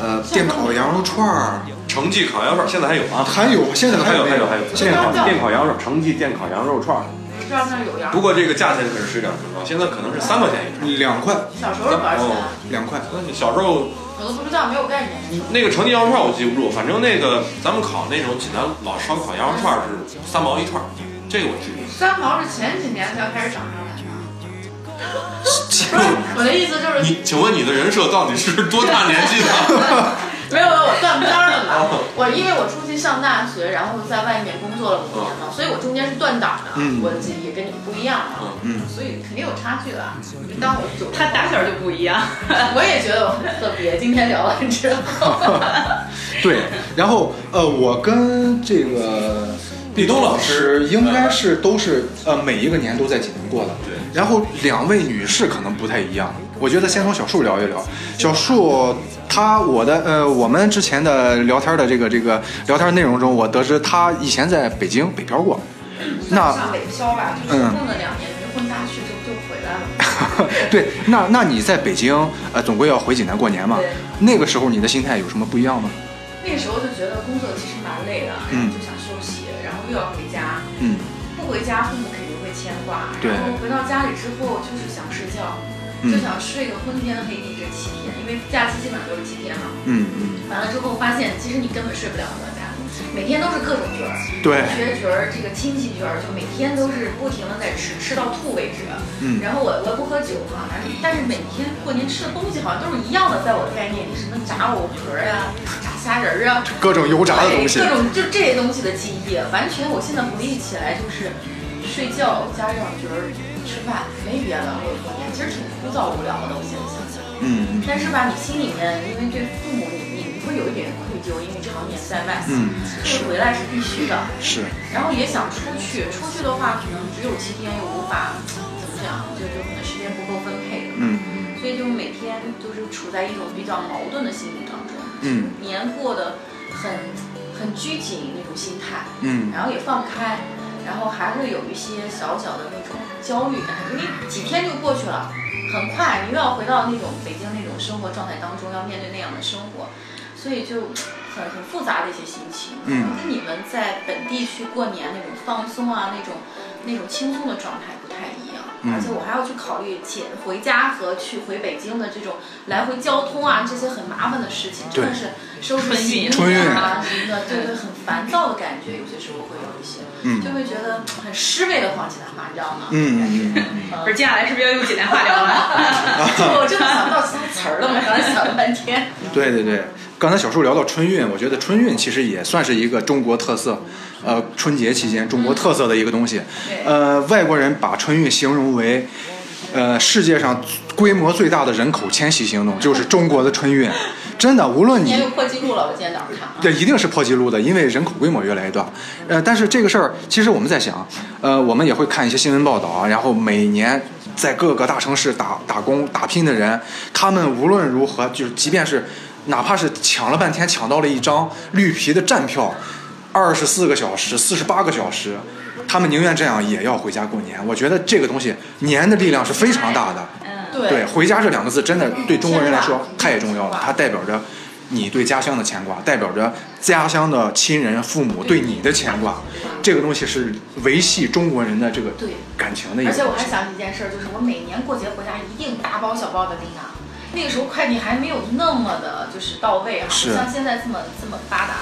S2: 呃，
S6: 像
S2: 电烤羊肉串儿，
S4: 成记烤羊肉串，现在还有啊，
S2: 还有，现在
S4: 还有还有还有
S2: 有，
S4: 现
S2: 现
S4: 在
S2: 在
S4: 烤
S2: 还
S4: 电烤羊肉，成记电烤羊肉串儿，
S5: 我知道那儿有羊
S4: 不。过这个价钱可是水涨船高，现在可能是三块钱一串。
S2: 有两块
S5: 小时候多少钱？
S2: 两块，
S4: 那你小时候
S5: 我都不知道，没有概念。
S4: 那个成记羊肉串我记不住，反正那个咱们烤那种济南老烧烤羊肉串儿是三毛一串儿，这个我记住。
S5: 三毛是前几年才开始涨上来的。
S2: 记
S5: 不是，我的意思就是
S4: 你请问你的人设到底是多大年纪的？
S5: 没有没有，我断片儿了嘛。
S2: 哦
S5: 我因为我出去上大学，然后在外面工作了五年嘛，所以我中间是断档的，
S2: 哦嗯
S5: 我的记忆跟你们不一样嘛，
S2: 嗯
S5: 所以肯定有差距了。就当我九，
S3: 他打小就不一样。
S5: 我也觉得我很特别。今天聊完之后，
S2: 对，然后呃，我跟这个
S4: 毕东老师嗯
S2: 应该是都是呃每一个年都在济南过的。
S4: 对
S2: 然后两位女士可能不太一样，我觉得先从小树聊一聊。小树，她我的呃，我们之前的聊天的这个这个聊天内容中，我得知她以前在北京北漂过。
S5: 嗯
S2: 那
S5: 上北漂吧，就是
S2: 嗯
S5: 混了两年，没混下去就就回来了。
S2: 对，那那你在北京呃，总归要回济南过年嘛
S5: 对。
S2: 那个时候你的心态有什么不一样吗？
S5: 那个时候就觉得工作其实蛮累的，然后就想休息，然后又要回家，
S2: 嗯，
S5: 不回家父母肯定会牵挂，
S2: 对
S5: 然后回到家里之后就是想睡觉，
S2: 嗯
S5: 就想睡个昏天黑地这七天，因为假期基本上都是七天嘛。
S2: 嗯嗯，
S5: 完了之后发现，其实你根本睡不了多少觉，每天都是各种角儿，
S2: 对
S5: 同，学角儿，这个亲戚角儿，就每天都是不停的在吃，吃到吐为止。
S2: 嗯
S5: 然后我我也不喝酒嘛，然后但是每天过年吃的东西好像都是一样的，在我的概念里，什么炸藕壳儿呀、炸虾仁儿啊，
S2: 各种油炸的东西
S5: 对，各种就这些东西的记忆，完全我现在回忆起来就是睡觉加上觉儿吃饭，没别的。我过年其实挺枯燥无聊的，我现在想想。
S2: 嗯嗯
S5: 但是吧，你心里面因为对父母，你你你会有一点愧疚，因为常年在外，
S2: 嗯，
S5: 所以回来是必须的。
S2: 是。
S5: 然后也想出去，出去的话可能只有七天，又无法怎么讲，就就可能时间不够分配的，
S2: 嗯
S5: 所以就每天就是处在一种比较矛盾的心理当中。
S2: 嗯
S5: 年过得很很拘谨那种心态，
S2: 嗯
S5: 然后也放开，然后还会有一些小小的那种焦虑感，因为几天就过去了，很快你又要回到那种北京那种生活状态当中，要面对那样的生活，所以就很很复杂的一些心情。
S2: 嗯，
S5: 跟你们在本地去过年那种放松啊，那种那种轻松的状态不太
S2: 嗯
S5: 一样。而且我还要去考虑且回家和去回北京的这种来回交通啊，这些很麻烦的事情，真的
S2: 对
S5: 是收拾行李
S2: 春运
S5: 啊什么的，对对，很烦躁的感觉，有些时候会有一些，
S2: 嗯
S5: 就会觉得很失味的黄济南话，你知道吗？
S2: 嗯嗯嗯。
S3: 不是，接下来是不是要用济南话聊了？
S5: 就我真的想不到其他词儿了嘛，刚才想了半天。
S2: 对对对，刚才小树聊到春运，我觉得春运其实也算是一个中国特色，呃，春节期间中国特色的一个东西。呃，外国人把春运形容为，呃，世界上规模最大的人口迁徙行动，就是中国的春运。真的，无论
S5: 今
S2: 你
S5: 天又破纪录了，我今天早上看啊。
S2: 这一定是破纪录的，因为人口规模越来越大。呃，但是这个事儿，其实我们在想，呃，我们也会看一些新闻报道啊，然后每年在各个大城市打打工打拼的人，他们无论如何，就是即便是哪怕是抢了半天抢到了一张绿皮的站票，二十四个小时、四十八个小时，他们宁愿这样也要回家过年。我觉得这个东西年的力量是非常大的。
S3: 嗯，
S5: 对嗯
S2: 对“回家”这两个字，真的对中国人来说太重要了，它代表着你对家乡的牵挂，代表着家乡的亲人、父母对你的牵挂。这个东西是维系中国人的这个
S5: 对
S2: 感情的一
S5: 而
S2: 个
S5: 且我
S2: 东
S5: 还
S2: 西。
S5: 想起一件事儿，就是我每年过节回家一定大包小包的拎啊。那个时候快递还没有那么的，就是到位啊，
S2: 是
S5: 不像现在这么这么发达。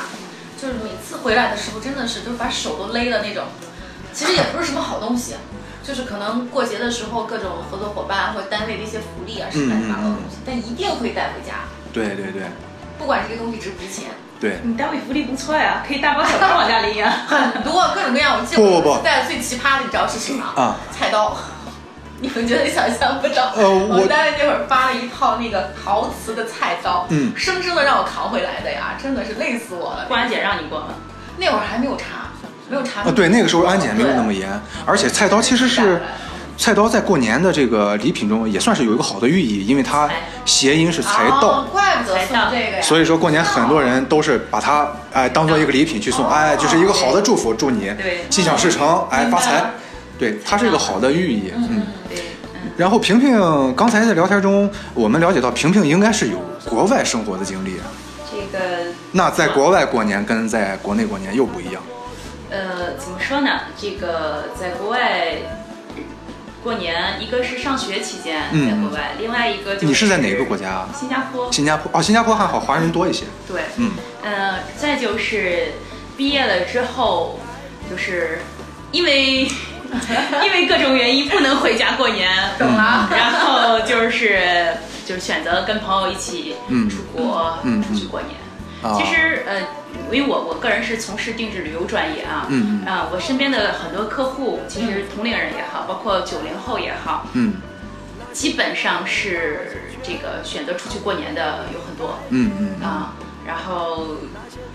S5: 就是每次回来的时候，真的是就是把手都勒的那种。其实也不是什么好东西，就是可能过节的时候各种合作伙伴或者单位的一些福利啊什么乱七八糟的东西，但一定会带回家，
S2: 对对对
S5: 不管这个东西值不值钱。
S2: 对，
S3: 嗯你单位福利不错呀，可以大包小包往家拎呀。
S5: 很多各种各样，我记得
S2: 不不不
S5: 我带的最奇葩的，你知道是什么？
S2: 啊，
S5: 菜刀。你们绝对想象不到，
S2: 呃
S5: 我
S2: 我
S5: 们单位那会儿发了一套那个陶瓷的菜刀，
S2: 嗯
S5: 生生的让我扛回来的呀，真的是累死我了。
S3: 过安检让你过吗？
S5: 那会儿还没有查，没有查
S2: 啊对，那个时候安检没有那么严，而且菜刀其实
S5: 啊
S2: 是。菜刀在过年的这个礼品中也算是有一个好的寓意，因为它谐音是财道
S5: 哎哦，，怪不得送这个
S3: 啊
S5: 呀。
S2: 所以说过年很多人都是把它哎当做一个礼品去送，哎，就是一个好的祝福，祝你
S3: 哦对嗯
S2: 心想事成，哎，
S5: 明白
S2: 发财。对，它是一个好的寓意。嗯。
S3: 对，
S2: 然后萍萍刚才在聊天中，我们了解到萍萍应该是有国外生活的经历。
S7: 这个
S2: 那在国外过年跟在国内过年又不一样。
S3: 呃，怎么说呢？这个在国外过年，一个是上学期间在国外，另外一个就是
S2: 嗯你是在哪个国家啊？
S3: 新加坡。
S2: 新加坡哦，新加坡还好，华人多一些。
S3: 对，
S2: 嗯，
S3: 呃，再就是毕业了之后，就是 因为因为各种原因不能回家过年，
S2: 嗯
S5: 懂了。
S3: 然后就是就是选择跟朋友一起
S2: 嗯
S3: 出国、
S2: 嗯嗯
S3: 去过年。
S2: 啊，
S3: 其实呃，因为我我个人是从事定制旅游专业啊，
S2: 嗯嗯
S3: 啊，我身边的很多客户，其实同龄人也好，包括九零后也好，
S2: 嗯
S3: 基本上是这个选择出去过年的有很多
S2: 嗯嗯
S3: 啊，然后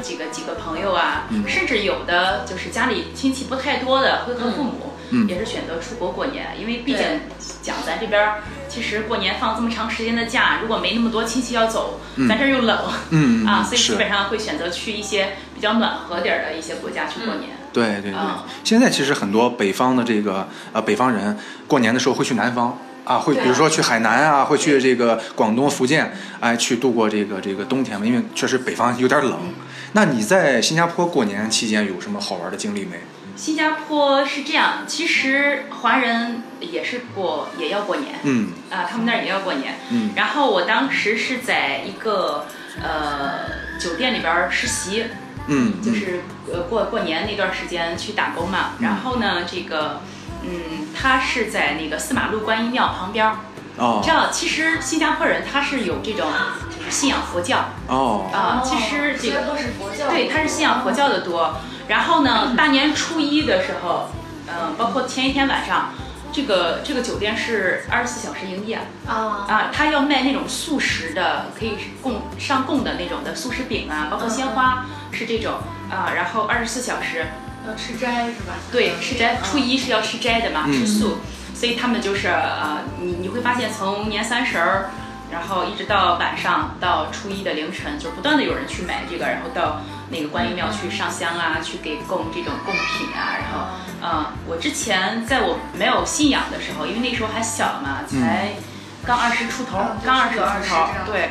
S3: 几个几个朋友啊，
S2: 嗯
S3: 甚至有的就是家里亲戚不太多的，会和父母。
S2: 嗯
S3: 也是选择出国过年，因为毕竟
S5: 对
S3: 讲咱这边儿，其实过年放这么长时间的假，如果没那么多亲戚要走，
S2: 嗯
S3: 咱这儿又冷，
S2: 嗯嗯
S3: 啊，
S2: 嗯
S3: 所以基
S2: 是
S3: 本上会选择去一些比较暖和点儿的一些国家去过年。
S2: 对对对
S3: 啊，
S2: 现在其实很多北方的这个呃北方人过年的时候会去南方啊，会
S5: 对啊
S2: 比如说去海南啊，会去这个广东、福建，哎，去度过这个这个冬天嘛，因为确实北方有点冷。
S3: 嗯
S2: 那你在新加坡过年期间有什么好玩的经历没？
S3: 新加坡是这样，其实华人也是过也要过年
S2: 嗯
S3: 啊，他们那儿也要过年。
S2: 嗯
S3: 然后我当时是在一个呃酒店里边儿实习，
S2: 嗯，
S3: 就
S2: 嗯
S3: 是呃过过年那段时间去打工嘛。
S2: 嗯
S3: 然后呢，这个嗯，他是在那个司马路观音庙旁边儿。
S2: 哦
S3: 你知道，其实新加坡人他是有这种就是信仰佛教
S2: 哦
S3: 啊，其实这
S5: 新
S3: 个
S5: 加坡是佛教，
S3: 对，他是信仰佛教的多。然后呢，大年初一的时候，嗯、包括前一天晚上，这个这个酒店是二十四小时营业
S5: 啊，
S3: 啊，他要卖那种素食的，可以供上供的那种的素食饼啊，包括鲜花是这种啊，然后二十四小时，
S5: 要吃斋是吧？
S3: 对，吃斋，初一是要吃斋的嘛，
S2: 嗯
S3: 吃素，所以他们就是呃，你你会发现从年三十儿，然后一直到晚上到初一的凌晨，就不断的有人去买这个，然后到那个观音庙去上香啊，去给供这种贡品啊，然后呃，我之前在我没有信仰的时候，因为那时候还小嘛，才刚二十出头，
S5: 嗯
S3: 刚哦二十
S5: 就
S3: 出
S5: 是20
S3: 头
S5: 这，样
S3: 对，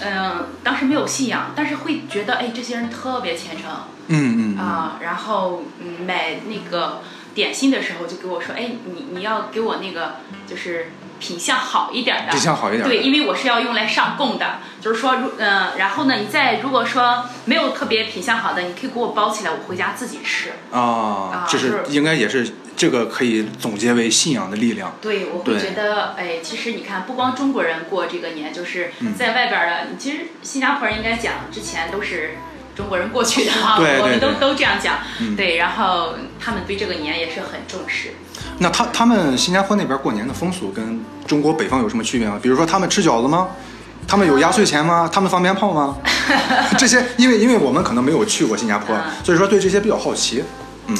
S3: 嗯、当时没有信仰，但是会觉得哎，这些人特别虔诚。
S2: 嗯嗯嗯
S3: 啊，然后嗯买那个点心的时候就给我说，哎，你你要给我那个就是品相好一点的，
S2: 品相好一点的
S3: 对，因为我是要用来上供的，就是说，如嗯、然后呢，你再如果说没有特别品相好的，你可以给我包起来，我回家自己吃。
S2: 啊
S3: 啊，
S2: 这是
S3: 就是
S2: 应该也是这个可以总结为信仰的力量。
S3: 对，我会
S2: 对
S3: 觉得，哎，其实你看，不光中国人过这个年，就是在外边儿的，你其实新加坡人应该讲，之前都是中国人过去的啊，
S2: 对
S3: 我
S2: 对
S3: 们都
S2: 对
S3: 都这样讲，
S2: 嗯
S3: 对，然后他们对这个年也是很重视。
S2: 那他他们新加坡那边过年的风俗跟中国北方有什么区别吗？比如说他们吃饺子吗？他们有压岁钱 吗？他们放鞭炮吗？这些，因为因为我们可能没有去过新加坡
S3: 啊，
S2: 所以说对这些比较好奇。嗯，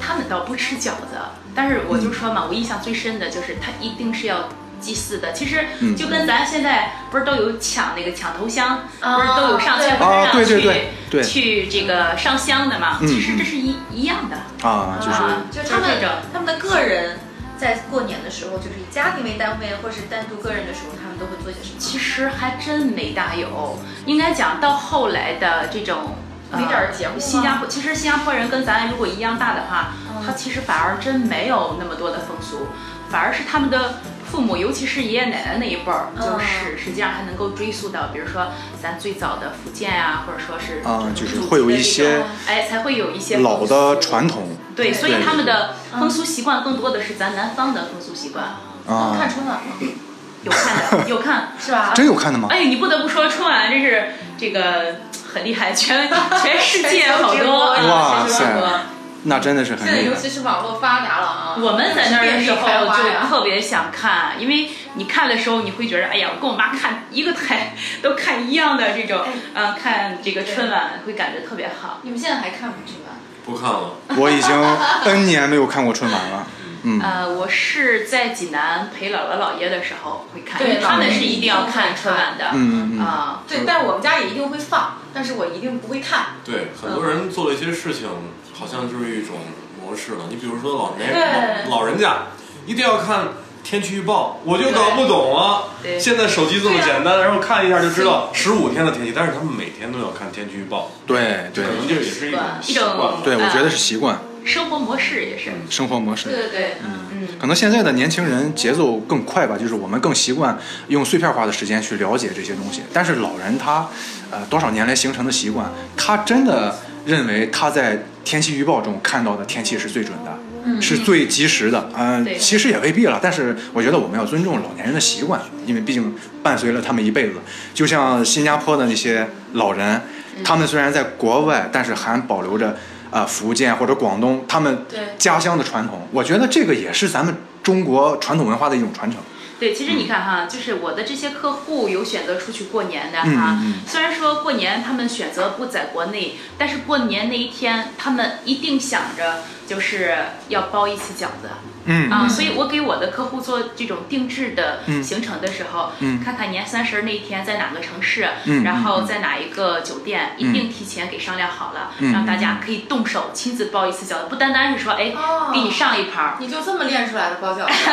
S3: 他们倒不吃饺子，但是我就说嘛，我印象最深的就是他一定是要祭祀的。其实
S2: 嗯
S3: 就跟咱现在不是都有抢那个抢头香，
S5: 啊
S3: 不是都有上
S5: 对
S3: 全国
S2: 啊
S3: 上
S2: 对对
S3: 去
S2: 对对
S3: 去这个上香的嘛？
S2: 嗯
S3: 其实这是一一样的。
S2: 啊，就是
S3: 啊
S5: 就是他
S3: 就是
S5: 们
S3: 这种
S5: 他们的个人在过年的时候，就是以家庭为单位，或是单独个人的时候，他们都会做些什么？
S3: 其实还真没大有，应该讲到后来的这种。呃
S5: 没点儿节目吗
S3: 新加坡其实新加坡人跟咱如果一样大的话，
S5: 嗯
S3: 他其实反而真没有那么多的风俗，反而是他们的父母，尤其是爷爷奶奶那一辈
S5: 嗯
S3: 儿，就是实际上还能够追溯到，比如说咱最早的福建啊，或者说是
S2: 啊，就是会有一些
S3: 哎，才会有一些
S2: 老
S3: 风
S2: 的
S3: 俗
S2: 传统
S3: 对，所以
S2: 对
S3: 他们的
S5: 嗯
S3: 风俗习惯更多的是咱南方的风俗习惯，
S5: 能
S3: 哦
S5: 看
S2: 啊，
S5: 春晚吗？
S3: 有看 的有看，
S5: 是吧？
S2: 真有看的吗？
S3: 哎，你不得不说春晚真是这个很厉害， 全全世界
S5: 全球
S3: 好
S5: 直
S3: 多
S5: 播
S3: 啊，
S2: 哇
S3: 全球
S2: 塞
S3: 直播。
S2: 那真的是很
S5: 现在
S2: 厉
S5: 尤
S2: 害。
S5: 其是网络发达了啊，
S3: 我们在那儿的时
S5: 遍地
S3: 候
S5: 开花
S3: 就
S5: 呀
S3: 特别想看，因为你看的时候你会觉得，哎呀，我跟我妈看一个台都看一样的这
S5: 哎
S3: 种，嗯、看这个春晚会感觉特别好。
S5: 你们现在还看不春晚？
S4: 不看了，
S2: 我已经 N 年没有看过春晚了。嗯，
S3: 呃，我是在济南陪姥姥姥爷的时候会看，因
S5: 对
S3: 为他
S5: 姥
S3: 们
S5: 爷
S3: 是一定要
S5: 一定会
S3: 看春晚的。
S2: 嗯嗯嗯
S3: 啊、
S5: 对，但是我们家也一定会放，但是我一定不会看。
S4: 对，很多人做了一些事情，好像就是一种模式了。你比如说老年
S5: 对
S4: 老老人家，一定要看天气预报，我就搞不懂啊。
S3: 对啊
S4: 现在手机这么简单，然后看一下就知道
S3: 是
S4: 十五天的天气，但是他们每天都要看天气预报，
S2: 对对
S4: 可能就也是一种
S3: 一
S4: 习惯
S3: 种。
S2: 对，我觉得是
S3: 呃
S2: 习惯、
S3: 生活模式也是。嗯
S2: 生活模式。
S5: 对对对，嗯
S2: 可能现在的年轻人节奏更快吧，就是我们更习惯用碎片化的时间去了解这些东西。但是老人他，呃，多少年来形成的习惯，他真的认为他在天气预报中看到的天气是最准的，是最及时的。嗯、
S3: 对
S2: 其实也未必了。但是我觉得我们要尊重老年人的习惯，因为毕竟伴随了他们一辈子。就像新加坡的那些老人，他们虽然在国外，但是还保留着。啊，福建或者广东，他们
S5: 对
S2: 家乡的传统，我觉得这个也是咱们中国传统文化的一种传承。
S3: 对，其
S2: 嗯
S3: 实你看哈，就是我的这些客户有选择出去过年的
S2: 嗯
S3: 哈，
S2: 嗯
S3: 虽然说过年他们选择不在国内，但是过年那一天他们一定想着就是要包一起饺子。
S2: 嗯
S3: 啊，所以我给我的客户做这种定制的行程的时候，
S2: 嗯
S3: 看看年三十儿那一天在哪个城市，
S2: 嗯
S3: 然后在哪一个酒店，一定提前给商量好了，
S2: 嗯
S3: 让大家可以动手亲自包一次饺子，不单单是说哎、
S5: 哦
S3: 给你上一盘儿，
S5: 你就这么练出来的包饺子？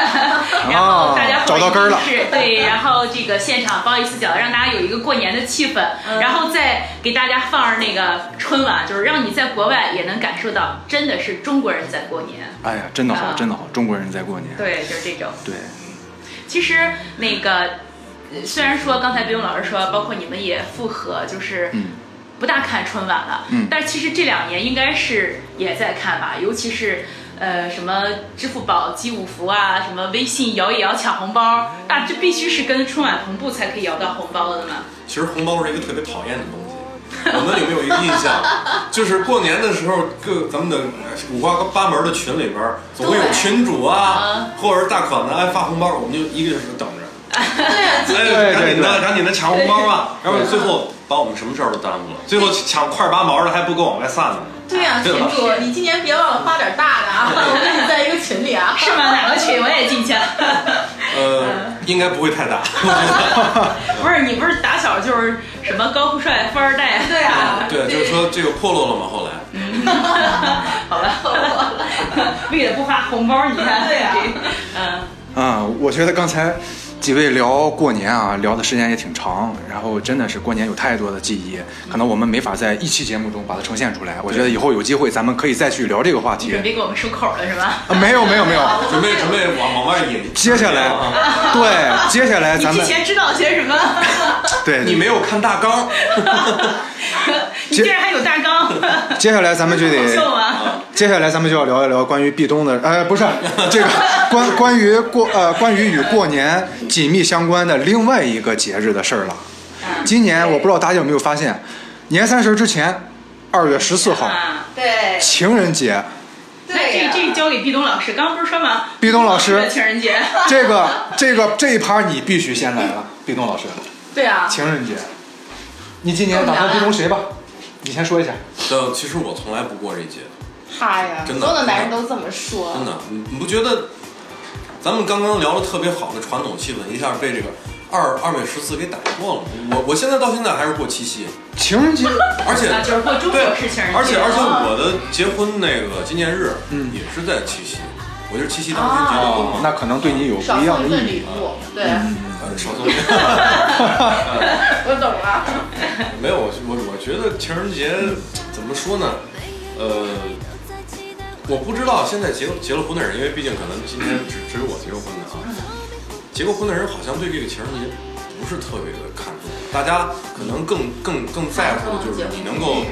S3: 然后大家
S2: 啊找到根儿了。
S3: 是对，然后这个现场包一次饺子，让大家有一个过年的气氛，然后再给大家放那个春晚，就是让你在国外也能感受到，真的是中国人在过年。
S2: 哎呀，真的好，
S3: 啊
S2: 真的好，中国人在过年。
S3: 对，就是这种。
S2: 对，
S3: 其实那个，呃虽然说刚才冰勇老师说，包括你们也复合，就是
S2: 嗯
S3: 不大看春晚了，
S2: 嗯
S3: 但其实这两年应该是也在看吧，尤其是。呃，什么支付宝集五福啊，什么微信摇一摇抢红包，那这必须是跟春晚同步才可以摇到红包的嘛。
S4: 其实红包是一个特别讨厌的东西。我们有没有一个印象？ 就是过年的时候，各咱们的五花八门的群里边儿，总会有
S5: 对
S4: 群主啊，或者是大款的爱发红包，我们就一个劲儿地等着。
S2: 对
S5: 啊
S4: 哎，赶紧
S2: 对
S4: 的，赶紧的抢红包吧！然后最后把我们什么事儿都耽误了，最后抢块八毛的还不够往外散呢。
S5: 对啊呀、
S4: 对
S5: 群
S4: 吧
S5: 主，你今年别忘了发点大的啊！我跟你在一个群里 啊。
S3: 是吗？哪个群我也进去了。
S4: 呃，应该不会太大，我
S3: 不是，你不是打小就是什么高富帅、富二代？
S5: 对啊，
S4: 觉得。对，就是说这个破落了嘛，后来
S3: 好了，为了不发红包，你看，
S5: 对啊
S3: 这嗯。
S2: 啊、我觉得刚才几位聊过年啊，聊的时间也挺长，然后真的是过年有太多的记忆，可能我们没法在一期节目中把它呈现出来。我觉得以后有机会咱们可以再去聊这个话题
S3: 准。备给我们漱口了是吧？
S2: 啊，没有没有没有，
S4: 准备准备往往外引。
S2: 接下 来
S4: 啊，
S2: 对，接下来
S3: 你
S2: 咱
S3: 之
S2: 们
S3: 前知道些什么？
S2: 对
S4: 你没有看大纲，
S3: 你竟然还有大纲，
S2: 接下来咱们就
S3: 好
S2: 得
S3: 笑啊吗？
S2: 接下来咱们就要聊一聊关于壁咚的，呃， 不是这个关关于过呃关于与过年紧密相关的另外一个节日的事儿了。
S5: 嗯
S2: 今年我不知道大家有没有发现，年三十之前，二月十四号
S3: 啊，
S5: 对啊
S2: 情人节，
S3: 那这
S5: 呀
S3: 这交给壁咚老师，刚刚不是说吗？
S2: 壁咚老师
S5: 啊
S3: 情人节，
S2: 这个这个这一趴你必须先来了，壁咚老师，
S5: 对啊，
S2: 情人节，你今年打算壁咚谁吧？你先说一下。
S4: 呃，其实我从来不过这节，
S5: 他呀，
S4: 真的
S5: 所有的男人都这么说。
S4: 真的，你你不觉得？咱们刚刚聊的特别好的传统气氛，一下被这个二二月十四给打破了。我我现在到现在还是过七夕，
S2: 情 人节，
S4: 而且
S3: 啊，就是过中
S4: 对
S3: 国式情人节，哦
S4: 而且而且我的结婚那个纪念日，嗯，也是在七夕，我就是七夕当天结的婚
S2: 哦，
S4: 嘛，
S2: 那可能对你有
S5: 少
S2: 不一样的
S5: 送一
S2: 意
S5: 份
S2: 义
S5: 礼。物，对，
S4: 呃少送点。
S5: 我懂了。
S4: 没有，我我我觉得情人节怎么说呢？呃，我不知道现在结结了婚的人，因为毕竟可能今天只只有我结过婚的啊，结过婚的人好像对这个情人节不是特别的看重，大家可能更更更在乎的就是你能够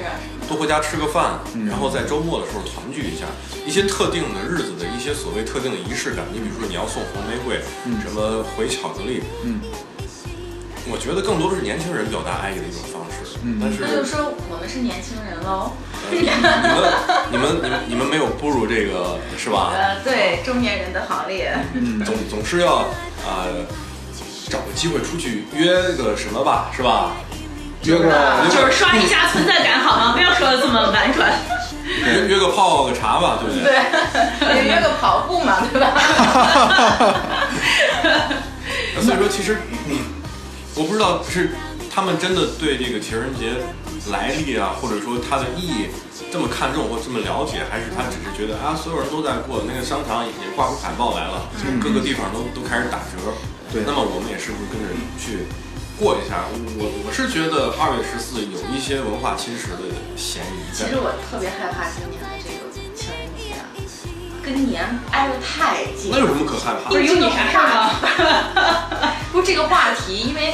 S4: 多回家吃个饭，然后在周末的时候团聚一下，一些特定的日子的一些所谓特定的仪式感，你比如说你要送红玫瑰，什么回巧克力，
S2: 嗯
S4: 我觉得更多的是年轻人表达爱意的一种方式，但是
S5: 那就说我们是年轻人喽。
S4: 呃你们你们你们你们没有步入这个是吧？
S5: 呃，对，中年人的行列。
S4: 总总是要呃找个机会出去约个什么吧，是吧？
S2: 约个
S3: 就是刷一下存在感，好吗？不要说的这么婉转。
S4: 约约个泡个茶吧，对不对？
S5: 也约个跑步 嘛，对吧？
S4: 所以说，其实你我不知道是他们真的对这个情人节来历啊，或者说它的意义这么看重或这么了解，还是他只是觉得啊，所有人都在过，那个商场也挂出海报来了，各个地方都都开始打折。
S2: 对
S4: 那么我们也是不是跟着去过一下？我我是觉得二月十四有一些文化侵蚀的嫌疑
S6: 其
S4: 在
S6: 实。我特别害怕今年的这个情人节啊，跟年挨得太近
S4: 那。有什么可害怕
S3: 不
S4: 的？
S3: 是有你啥事儿吗？
S6: 不是这个话题，因为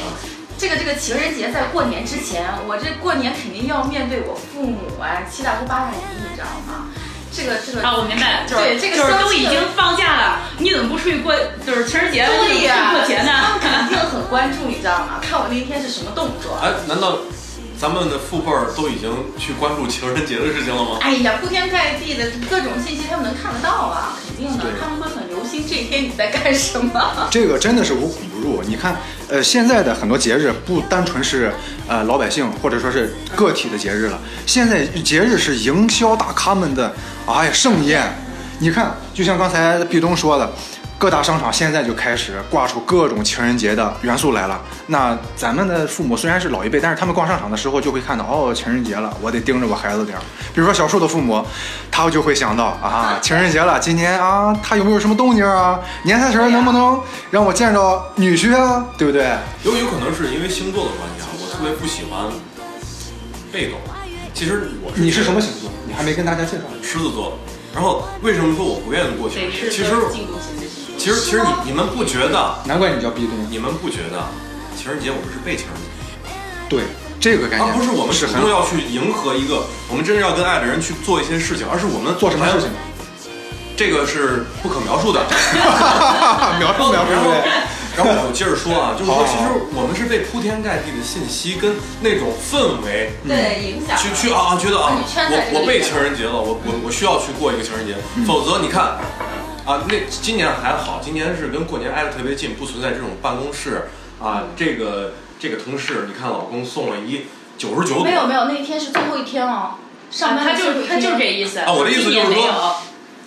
S6: 这个这个情人节在过年之前，我这过年肯定要面对我父母啊，七大姑八大姨，你知道吗？这个这个
S3: 啊，我明白了，就是
S6: 对这个
S3: 就是都
S6: 相
S3: 已
S6: 信
S3: 经放假了，你怎么不出去过？就是情人节了，你
S6: 对
S3: 怎哎么
S6: 呀、
S3: 不出去过节
S6: 他们
S3: 呢？
S6: 肯定很关注，你知道吗？看我那天是什么动作。
S3: 啊
S4: 哎，难道咱们的父辈儿都已经去关注情人节的事情了吗？
S6: 哎呀，铺天盖地的各种信息，他们能看得到啊，肯定的
S2: 对，
S6: 他们会很留心这一天你在干什么。
S2: 这个真的是无孔不入。你看，呃，现在的很多节日不单纯是呃老百姓或者说是个体的节日了，现在节日是营销大咖们的哎呀盛宴。你看，就像刚才壁咚说的，各大商场现在就开始挂出各种情人节的元素来了。那咱们的父母虽然是老一辈，但是他们逛商场的时候就会看到哦，情人节了，我得盯着我孩子点儿。比如说小树的父母，他就会想到啊，情人节了，今年啊，他有没有什么动静啊？年三十能不能让我见着女婿啊？对不对？
S4: 有有可能是因为星座的关系啊，我特别不喜欢被动。其实我是
S2: 你是什么星座？你还没跟大家介绍。
S4: 狮子座。然后为什么说我不愿意过情
S3: 对，
S4: 人
S3: 是
S4: 节？其实
S3: 进攻型的。
S4: 其实其实你你们不觉得，
S2: 难怪你叫壁咚。
S4: 你们不觉得情人节我们是被情人节，
S2: 对，这个概念
S4: 啊而不是我们
S2: 哎是
S4: 主
S2: 很
S4: 动要去迎合一个，我们真正要跟爱的人去做一些事情，而是我们
S2: 做什么事情？
S4: 这个是不可描 述的。
S2: 描述描述
S4: 然后
S2: 对。，
S4: 然后我接着说啊，就是
S2: 好
S4: 说，
S2: 好
S4: 其实我们是被铺天盖地的信息跟那种氛围
S2: 嗯
S6: 对，影响
S4: 去去啊，啊觉得啊
S6: 你圈，在这个
S4: 我我
S6: 里
S4: 被
S6: 面
S4: 情人节了，我我我需要去过一个情人节，否则你看，啊，那今年还好，今年是跟过年挨得特别近，不存在这种办公室啊，
S6: 嗯
S4: 这个这个同事，你看老公送了一九十九朵
S6: 没，有没有，那天是最后一天哦，上班
S3: 啊他
S6: 的最后
S3: 就
S6: 一天
S3: 他就是这意思。
S4: 啊我的意思就是
S3: 今年没有
S4: 说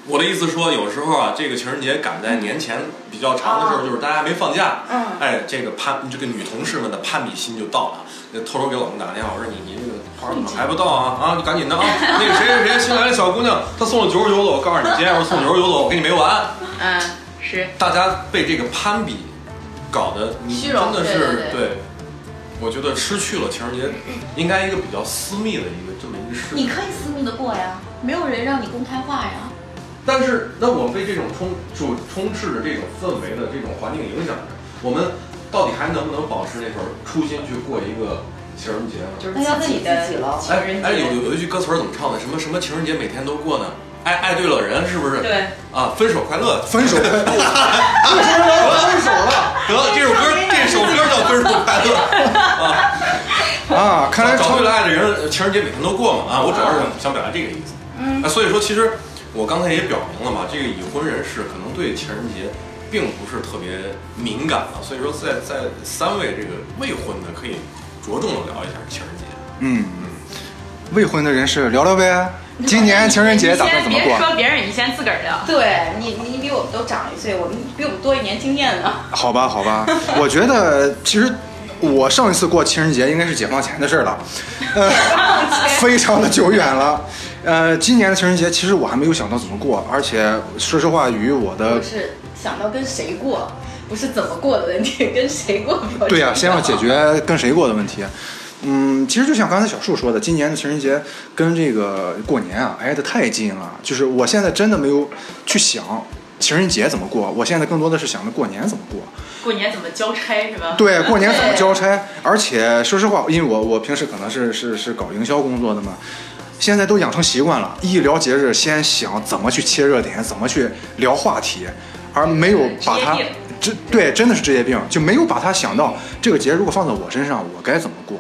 S4: 我的意思说，有时候啊，这个情人节赶在年前比较长的时候，就是大家还没放假，
S6: 嗯
S4: 哎，这个攀这个女同事们的攀比心就到了，那偷偷给老公打个电话，我说你你这个花怎么还不到啊啊，你赶 紧的啊，那个谁谁谁新来的小姑娘，她送了九十九朵，我告诉你，今天要是送九十九朵，我跟你没完。
S3: 嗯，是
S4: 大家被这个攀比搞得，你
S6: 虚
S4: 真
S6: 荣
S4: 的是
S6: 对对
S4: 我觉得失去了情人节应该一个比较私密的一个这么一个事
S6: 你
S4: 情。
S6: 可以私密的过呀，没有人让你公开化呀。
S4: 但是，那我们被这种充主充斥着这种氛围的这种环境影响着，我们到底还能不能保持那份初心去过一个情人节呢？
S3: 就是
S6: 那要问
S3: 自
S6: 你
S3: 己的
S6: 自己了
S3: 情
S4: 哎
S3: 人
S4: 哎，
S3: 节。
S4: 有有有一句歌词儿怎么唱的？什么什么情人节每天都过呢？爱爱对了人是不是？
S3: 对，
S4: 啊，分手快乐。
S2: 分 手，分手了
S4: 得，这首歌这首歌叫《分手快乐》啊。
S2: 啊！看来
S4: 找
S2: 超
S4: 对了爱的人，情人节每天都过嘛啊！我主要是想想表达这个意思。嗯，所以说其实我刚才也表明了嘛，这个已婚人士可能对情人节并不是特别敏感啊，所以说在在三位这个未婚的可以着重的聊一下情人节。
S2: 嗯，未婚的人士聊聊 呗。今年情人节打算
S3: 先
S2: 怎么
S3: 别
S2: 过？啊
S3: 说别人，你先自个儿聊。
S6: 对你，你比我们都长一岁，我们比我们多一年经验呢。
S2: 好吧，好吧，我觉得其实我上一次过情人节应该是解放前的事儿了，呃，非常的久远了。呃，今年的情人节其实我还没有想到怎么过，而且说实话，与我的
S6: 不是想到跟谁过，不是怎么过的问题，跟谁过比较
S2: 对呀、
S6: 呀、
S2: 先要解。决跟谁过的问题。嗯，其实就像刚才小树说的，今年的情人节跟这个过年啊挨得太近了。就是我现在真的没有去想情人节怎么过，我现在更多的是想着过年怎么过。
S3: 过年怎么交差是吧？
S2: 对，过年怎么交差？而且说实话，因为我我平时可能是是是搞营销工作的嘛，现在都养成习惯了，一聊节日先想怎么去切热点，怎么去聊话题，而没有把它
S3: 职业病
S2: 这对真的是职业病，就没有把它想到这个节如果放在我身上，我该怎么过？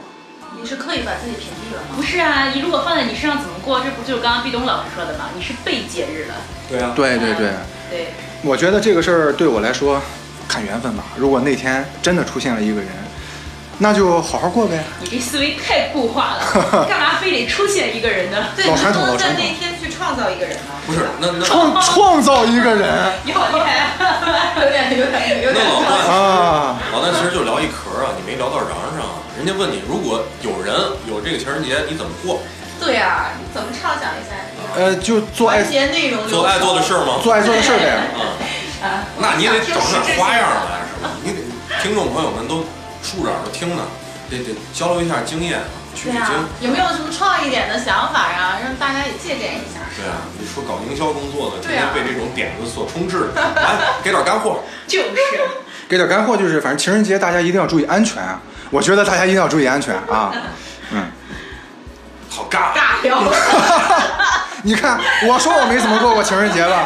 S6: 你是刻意把自己屏蔽了吗？
S3: 不是啊，你如果放在你身上怎么过？这不就是刚刚壁咚老师说的吗？你是被节日了。
S4: 对啊，
S2: 对对对，
S3: 对，
S2: 我觉得这个事儿对我来说看缘分吧。如果那天真的出现了一个人，那就好好过呗。
S3: 你这思维太固化了，干嘛非得出现一个人呢？
S6: 对，
S2: 老
S6: 你
S2: 传统
S6: 不
S2: 老
S6: 能在
S2: 传统
S6: 那天去创造一个人吗？
S4: 不是那那
S2: 创创造一个人
S3: 要脸。
S6: 有点有点有
S4: 那
S6: 点。
S4: 老段
S2: 啊。
S4: 老段其实就聊一壳啊，你没聊到瓤上啊，人家问你，如果有人有这个情人节，你怎么过？
S5: 对呀、你怎么畅想一下？
S2: 呃，就做爱
S5: 环节内容
S4: 做爱做的事儿吗？嗯
S2: 做爱做的事儿呗。
S5: 啊，
S4: 那你得找点花样
S5: 儿。
S4: 来， 是吧？你得听众朋友们都竖着耳朵听呢，得得交流一下经验，啊取
S5: 对
S4: 取经
S5: 呀、。有没有什么创意一点的想法呀、让大家也借鉴一下。
S4: 对啊，你说搞营销工作的，天
S5: 对啊
S4: 天被这种点子所充斥，来给点干货。
S3: 就是
S2: 给点干货就是，反正情人节大家一定要注意安全啊！我觉得大家一定要注意安全啊！嗯，
S4: 好尬，
S5: 尬聊，
S2: 你看，我说我没怎么过过情人节吧？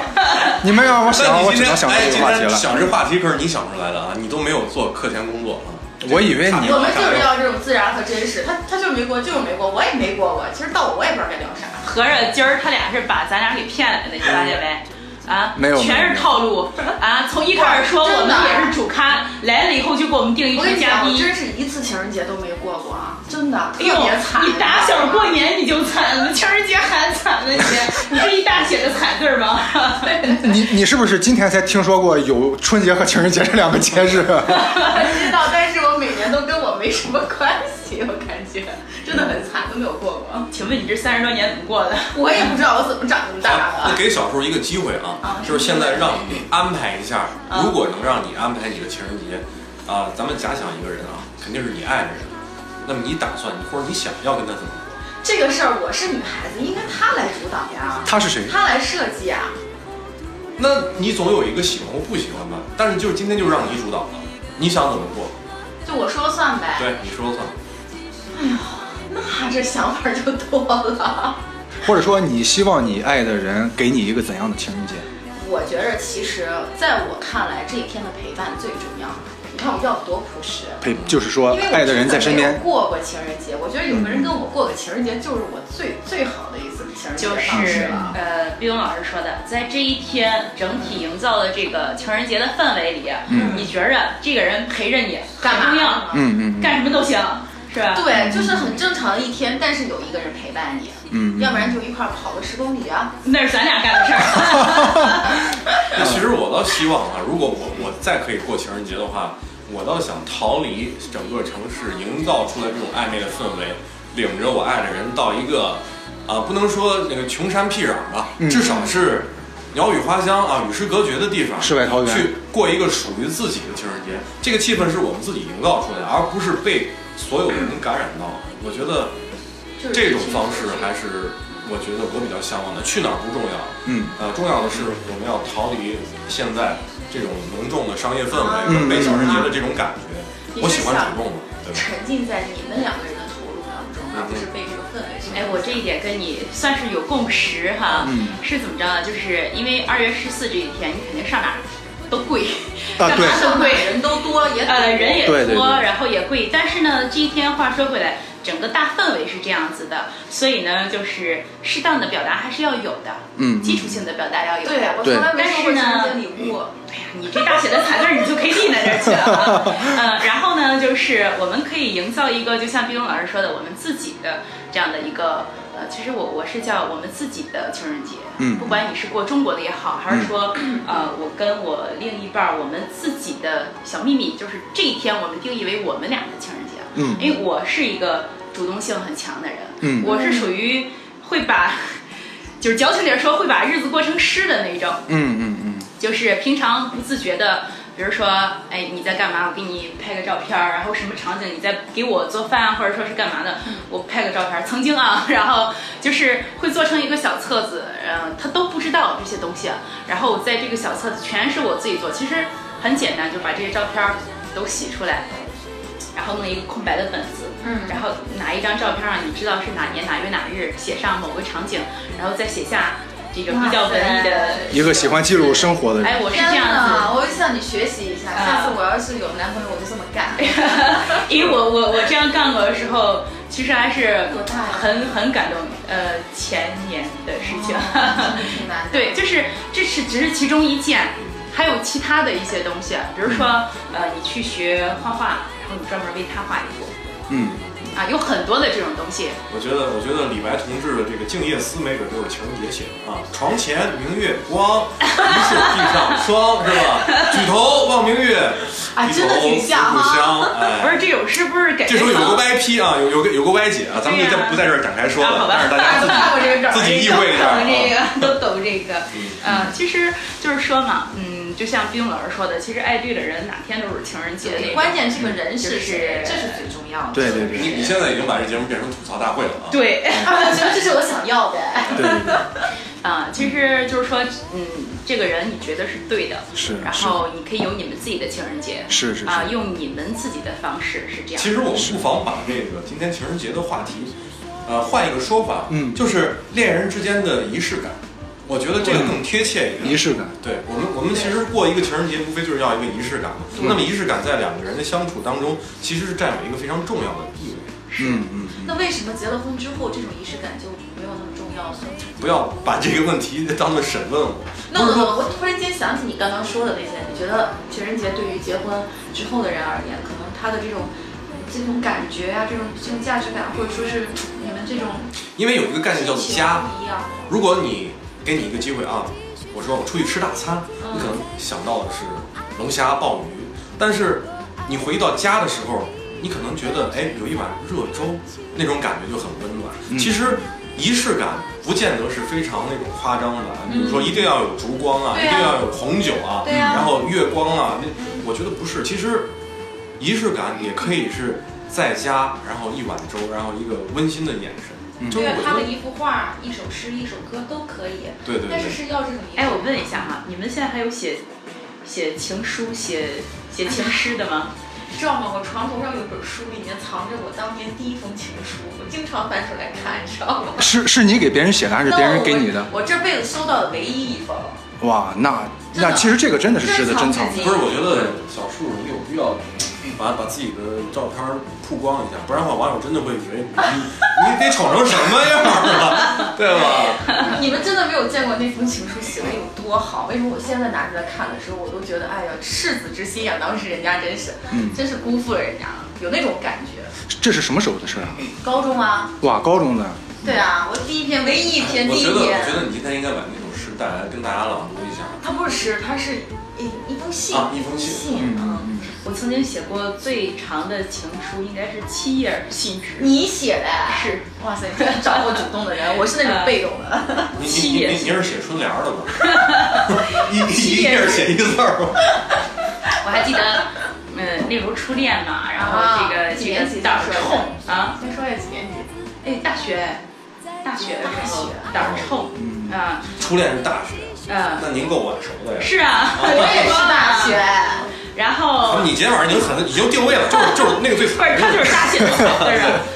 S2: 你们要让我
S4: 但
S2: 想，
S4: 你
S2: 我
S4: 今
S2: 只
S4: 天
S2: 能想到
S4: 哎
S2: 这个话题
S4: 今天
S2: 了。
S4: 想这话题可是你想出来的啊，你都没有做课前工作啊。
S2: 我以为你
S5: 我们就是要这种自然和真实。他他就是没过，就是没过，我也没过过。其实到我我也不知道该聊啥。
S3: 合着今儿他俩是把咱俩给骗来的，你发现没？啊，
S2: 嗯没有
S3: 全是套路啊！从一开始说我
S5: 真的
S3: 们也是主咖，来了以后就给我们定一
S5: 我
S3: 批
S5: 跟你
S3: 嘉
S5: 讲，我
S3: 宾。
S5: 真是一次情人节都没过过啊，真的特
S3: 哎呦
S5: 别惨。
S3: 你打小过年你就惨了，情人节还惨了你，你是一大写的惨字儿吗？
S2: 你你是不是今天才听说过有春节和情人节这两个节日？
S5: 我知道，但是我每年都跟我没什么关系，我感觉真的很惨，都没有过过。
S3: 请问你这三十多年怎么过的？
S5: 我也不知道我怎么长这么大
S4: 好那
S5: 的。
S4: 啊给小时候一个机会啊
S5: 啊，
S4: 就是现在让你安排一下，如果能让你安排你的情人节，啊，咱们假想一个人啊，肯定是你爱的人，那么你打算你或者你想要跟他怎么过？
S5: 这个事儿我是女孩子，应该她来主导呀，
S2: 他是谁？
S5: 她来设计啊。
S4: 那你总有一个喜欢或不喜欢吧，但是就是今天就让你主导了，你想怎么过？
S5: 就我说了算呗。
S4: 对，你说了算。
S5: 那这想法就多了。
S2: 或者说你希望你爱的人给你一个怎样的情人节？
S5: 我觉着其实在我看来，这一天的陪伴最重要。你看我要多朴实。
S2: 陪就是说
S5: 因为我
S2: 爱的人在身
S5: 真的没
S2: 边
S5: 有，过过情人节，我觉得有个人跟我过个情人节，就是我最最好的一次情人 节
S3: 就
S5: 的方式
S3: 是
S5: 了。
S3: 呃，毕勇老师说的，在这一天整体营造的这个情人节的氛围里，
S2: 嗯
S3: 你觉着这个人陪着你
S5: 干
S3: 很重要，
S5: 嘛？
S2: 嗯嗯嗯
S3: 干什么都行，是吧？
S5: 对，就是很正常的一天，但是有一个人陪伴你，
S2: 嗯，
S5: 要不然就一块儿跑个十公里啊。
S3: 那是咱俩干的事儿。
S4: 那其实我倒希望啊，如果我我再可以过情人节的话，我倒想逃离整个城市，营造出来这种暧昧的氛围，领着我爱的人到一个，啊、不能说那个穷山僻壤吧，
S2: 嗯
S4: 至少是鸟语花香啊，与世隔绝的地方，
S2: 世外桃源
S4: 去过一个属于自己的情人节。这个气氛是我们自己营造出来的，而不是被所有人感染到。我觉得
S5: 就是
S4: 这种方式还是我觉得我比较向往的。去哪儿不重要，
S2: 嗯，
S4: 呃，重要的是我们要逃离现在这种浓重的商业氛围
S2: 嗯
S4: 和被小人节的这种感觉。
S5: 你
S4: 我
S5: 是
S4: 喜欢
S5: 想
S4: 主动的，对吧？
S5: 沉浸在你们两个人的投入当中，
S4: 嗯
S5: 而不是被这个氛围所
S3: 哎，我这一点跟你算是有共识哈，
S2: 嗯
S3: 是怎么着呢？啊就是因为二月十四这一天，你肯定上哪儿都贵，
S2: 啊
S3: 干
S2: 对
S3: 嘛都贵，
S5: 人都多也
S3: 呃，人也多，
S2: 对对对
S3: 然后也贵，但是呢，这一天话说回来，整个大氛围是这样子的，所以呢，就是适当的表达还是要有的，
S2: 嗯嗯
S3: 基础性的表达要有。
S5: 对，我
S2: 对
S5: 从来没收过情
S3: 但
S5: 人
S3: 是
S5: 节
S3: 呢
S5: 礼物。
S3: 哎呀，你这大写的惨字儿你就可以立在这儿去了啊。呃，然后呢，就是我们可以营造一个，就像毕东老师说的，我们自己的这样的一个，呃，其实我我是叫我们自己的情人节。
S2: 嗯
S3: 不管你是过中国的也好，还是说，呃，我跟我另一半儿，我们自己的小秘密，就是这一天我们定义为我们俩的情人节。啊
S2: 嗯
S3: 因为我是一个主动性很强的人，
S2: 嗯
S3: 我是属于会把， 就是矫情点儿说，会把日子过成诗的那种。
S2: 嗯嗯嗯，
S3: 就是平常不自觉的，比如说，哎，你在干嘛？我给你拍个照片儿，然后什么场景你在给我做饭啊，或者说是干嘛的，我拍个照片儿。曾经啊，然后就是会做成一个小册子，嗯，他都不知道这些东西，啊然后我在这个小册子全是我自己做，其实很简单，就把这些照片儿都洗出来，然后弄一个空白的本子，
S5: 嗯
S3: 然后拿一张照片儿啊，你知道是哪年哪月哪日，写上某个场景，然后再写下这种比较文艺的。
S2: 一个喜欢记录生活的人，
S3: 哎，我是
S5: 天
S3: 这样子
S5: 呐，，我就向你学习一下，
S3: 啊
S5: 下次我要是有男朋友，我就这么 干。
S3: 因为我我我这样干过的时候，其实还是
S5: 多大呀
S3: 很很感动。呃，前年的事情，
S5: 挺难 的。
S3: 对，就是这是只是其中一件，还有其他的一些东西，啊比如说呃，你去学画画，然后你专门为他画一幅
S2: 嗯，
S3: 啊，有很多的这种东西。
S4: 我觉得，我觉得李白同志的这个《静夜思》没准就是情人节写的啊，床前明月光，疑是闭上双是吧？举头望明月，
S5: 啊
S4: 低
S5: 真的
S4: 头
S5: 挺像
S4: 思故
S5: 哈
S4: 乡。哎，
S3: 不是这首诗不是给
S4: 这时候有个歪批啊，有有个有个歪解啊，咱们就
S3: 对呀
S4: 在不在这儿展开说
S3: 啊
S4: 了
S3: 好，吧
S4: 但是大
S5: 大家都
S4: 家
S5: 看过这个梗儿，
S4: 自己意会一嗯下
S3: 懂这
S4: 啊。
S3: 个， 都懂这个。呃，其实就是说嘛，嗯，就像冰老师说的，其实爱绿的人哪天都是情人节那个。
S5: 关键这个人是谁，
S3: 就
S5: 这
S3: 是
S5: 是最重要的。
S2: 对对
S4: 你
S2: 对
S4: 你现在已经把这节目变成吐槽大会了啊。
S3: 对，
S5: 啊，我觉得这是我想要的。哎
S2: 对对对，
S3: 啊、其实就是说，嗯，这个人你觉得是对的，
S2: 是
S3: 然
S2: 是
S3: 后你可以有你们自己的情人节，
S2: 是是
S3: 啊、
S2: 是，
S3: 用你们自己的方式是这样。
S4: 其实我们不妨把这个今天情人节的话题，呃，换一个说法，
S2: 嗯
S4: 就是恋人之间的仪式感，我觉得这个更贴切
S2: 嗯
S4: 一
S2: 仪
S4: 点。
S2: 式感，
S4: 对我们，我们其实过一个情人节，无非就是要一个仪式感嘛。
S2: 嗯
S4: 那么仪式感在两个人的相处当中，其实是占有一个非常重要的地位。
S2: 嗯嗯嗯，
S5: 那为什么结了婚之后这种仪式感就没有那么重要呢？
S4: 不要把这个问题当做审问我。
S5: 那我我我突然间想起你刚刚说的那些，你觉得情人节对于结婚之后的人而言，可能他的这种这种感觉啊，这种这种价值感，或者说是你们这种
S4: 因为有一个概念叫做
S5: 需求
S4: 家，
S5: 不一样。
S4: 如果你给你一个机会啊，我说我出去吃大餐，你可能想到的是龙虾鲍鱼，但是你回到家的时候，你可能觉得哎有一碗热粥，那种感觉就很温暖。其实仪式感不见得是非常那种夸张的，比如说一定要有烛光啊，
S5: 对
S4: 一
S5: 啊
S4: 定要有红酒啊，
S5: 对啊
S4: 然后月光啊，那我觉得不是，其实仪式感也可以是在家，然后一碗粥，然后一个温馨的眼神，就是
S6: 对
S4: 我觉
S6: 他的
S4: 得
S6: 一幅画、一首诗、一首歌都可以，
S4: 对对
S6: 但是
S4: 对。
S6: 是要这种仪式
S3: 哎，我问一下哈，你们现在还有写写情书、写写情诗的吗？
S6: 知道吗？我床头上有本书，里面藏着我当年第一封情书，我经常翻出来看，知道吗？
S2: 是是你给别人写的还是别人给你的？
S5: 我这辈子收到的唯一一封，
S2: 哇，那
S5: 真的
S2: 那其实这个真的是值得珍藏的，
S5: 至今
S4: 不是，我觉得小树，你有必要把把自己的照片曝光一下，不然的话，网友真的会以为你你得丑成什么 样了，对吧？
S5: 你们真的没有见过那封情书写的有多好？为什么我现在拿出来看的时候，我都觉得，哎呀，赤子之心呀，当时人家真是，
S2: 嗯
S5: 真是辜负了人家，有那种感觉。
S2: 这是什么时候的事儿啊？
S5: 高中啊，
S2: 哇，高中的，
S5: 对啊，我第一篇，唯一一篇，
S4: 我
S5: 第
S4: 觉
S5: 一
S4: 得，我
S5: 篇，
S4: 觉得你今天应该把那首诗带来跟大家朗读一下
S5: 它不是诗，它是一一封信，
S4: 啊，一封信。
S2: 嗯
S5: 啊
S2: 嗯
S3: 我曾经写过最长的情书，应该是七页信纸。
S5: 你写的，
S3: 是，
S5: 哇塞，你真是掌握主动的人，我是那种被动的。
S4: 你
S3: 七
S4: 你你
S3: 页
S4: 你是写春联儿的吧？ 一
S3: 七
S4: 一
S3: 页
S4: 页写一字儿吗？
S3: 我还记得，嗯，那时候初恋嘛，然后
S5: 啊
S3: 这个、
S5: 几
S3: 这
S5: 年
S3: 个
S5: 级
S3: 胆儿
S5: 的时候
S3: 冲啊，
S5: 先说一下几年级，
S3: 哎，大学，大学的时候胆儿冲，
S2: 嗯
S3: 啊，
S4: 初恋是大学，
S3: 嗯，
S4: 那您够晚熟的呀。
S3: 是啊，
S5: 我也是大学，
S3: 然后
S4: 哦你今天晚上已经很已经定位了，就是就是那个最
S3: 不
S4: 惨
S3: 是，
S4: 的
S3: 他
S4: 那
S3: 就
S4: 个。
S3: 是大写的，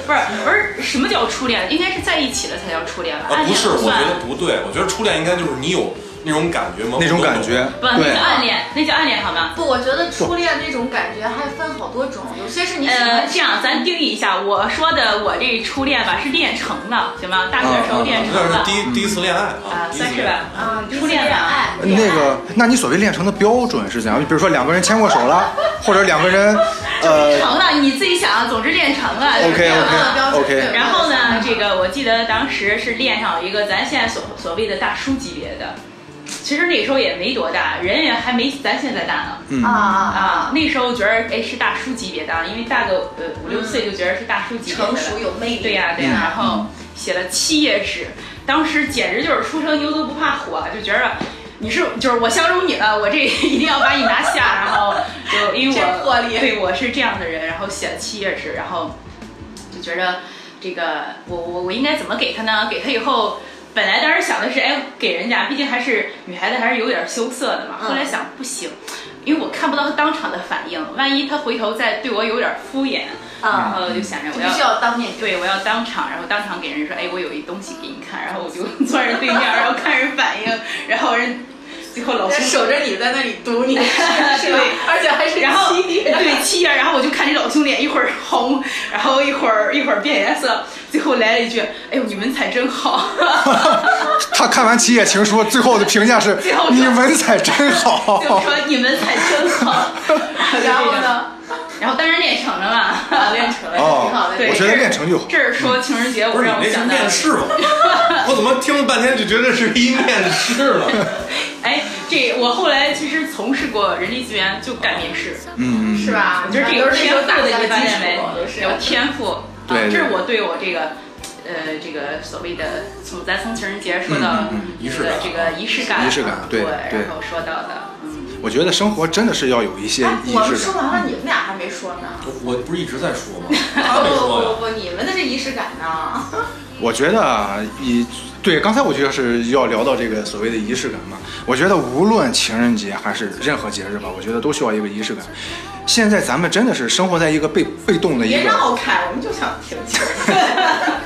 S3: 不 是，啊不是，不是，什么叫初恋？应该是在一起了才叫初恋吧？
S4: 啊，
S3: 暗
S4: 不
S3: 恋
S4: 是，我
S3: 哎算
S4: 觉得不对，我觉得初恋应该就是你有那种感觉吗？
S2: 那种感觉，
S3: 不，那
S2: 对
S3: 叫，暗恋，那叫暗恋好吗？
S5: 不，我觉得初恋这种感觉还分好多种，有些是你喜
S3: 呃，
S5: 欢
S3: 这样咱定义一下，我说的我这初恋吧是练成的，行吗？大学的时候练成
S4: 那是
S3: 的，
S4: 第一第一次恋爱啊
S3: 嗯啊，，算是吧。
S5: 啊，
S3: 初恋
S5: 恋
S3: 吧。
S5: 爱，
S2: 那个，那你所谓练成的标准是怎样？比如说两个人牵过手了，或者两个人，呃，
S3: 成了，你自己想，啊总之练成了。
S2: OK，OK，OK
S3: 就是这样
S2: OK，OK
S3: 然后
S5: 啊
S3: 呢，这个我记得当时是练上了一个咱现在所所谓的大叔级别的，其实那时候也没多大，人也还没咱现在大呢。
S2: 嗯，
S5: 啊啊，
S3: 啊，那时候觉得哎是大叔级别的，因为大个呃五六岁就觉得是大叔级别的了
S5: 成熟有魅力，
S3: 对呀、对呀、
S2: 嗯
S3: 然后写了七页纸，当时简直就是初生牛犊不怕虎，就觉着你是就是我相中你了，我这一定要把你拿下，然后就因为
S5: 这
S3: 我
S5: 魄力
S3: 对我是这样的人，然后写了七页纸，然后就觉着这个我我我应该怎么给他呢？给他以后。本来当时想的是，哎，给人家，毕竟还是女孩子，还是有点羞涩的嘛。
S5: 嗯
S3: 后来想，不行，因为我看不到他当场的反应，万一他回头再对我有点敷衍，然
S5: 啊，
S3: 后就想着我
S5: 必
S3: 要
S5: 须要当面
S3: 对，我要当场，然后当场给人说，哎，我有一东西给你看，然后我就坐人对面，然后看人反应，然后人最后老
S5: 在
S3: 师
S5: 守着你，在那里堵 你，是吧
S3: 对？
S5: 而且还是
S3: 然后
S5: 七点
S3: 对气呀，然后我就看这老兄脸一会儿红，然后一会儿一会儿变颜色，最后来了一句：“哎呦，你文采真好。
S2: 他看完《七夜情书》，最后的评价是
S3: 最后：“说
S2: 你文采真”好
S3: 就。说你文采真好。
S5: 然后？呢？
S3: 然后当然练成了嘛，练成了。
S5: 挺好
S2: 哦
S5: 的，
S3: 对
S2: 我觉得练成就好。
S3: 这是说情人节，
S4: 嗯不
S3: 我
S4: 是你
S3: 让我
S4: 那是
S3: 想到
S4: 面
S3: 了
S4: 试吧？我怎么听了半天就觉得是一面试呢？
S3: 哎，这我后来其实从事过人力资源，就干面试，
S2: 嗯，嗯
S5: 是吧？
S3: 我觉得这
S5: 都
S3: 个
S5: 是
S3: 天
S5: 那时
S3: 赋
S5: 候打
S3: 的
S5: 下
S3: 一
S5: 的
S3: 般
S5: 基
S3: 认为
S5: 础，都是
S3: 有天赋，
S2: 对
S3: 啊
S2: 对
S3: 这是我对我这个。呃，这个所谓的从咱从情人节说到
S2: 嗯嗯
S4: 仪式
S3: 这个
S4: 感
S3: 这个仪式感，
S2: 仪式感对
S3: 对，
S2: 对
S3: 然后说到的，
S2: 我觉得生活真的是要有一些
S5: 哎，
S2: 仪
S5: 我们
S2: 式
S5: 说
S2: 感。
S5: 完了，你们俩还没说 呢。
S4: 我我不是一直在说 吗？他没说
S5: 哦
S4: 呀。
S5: 不不不，你们的这仪式感 呢？
S2: 我觉得啊以对刚才我就是要聊到这个所谓的仪式感嘛。我觉得无论情人节还是任何节日吧，我觉得都需要一个仪式感。现在咱们真的是生活在一个被被动的一
S5: 别
S2: 个
S5: 绕开，我们就想听清。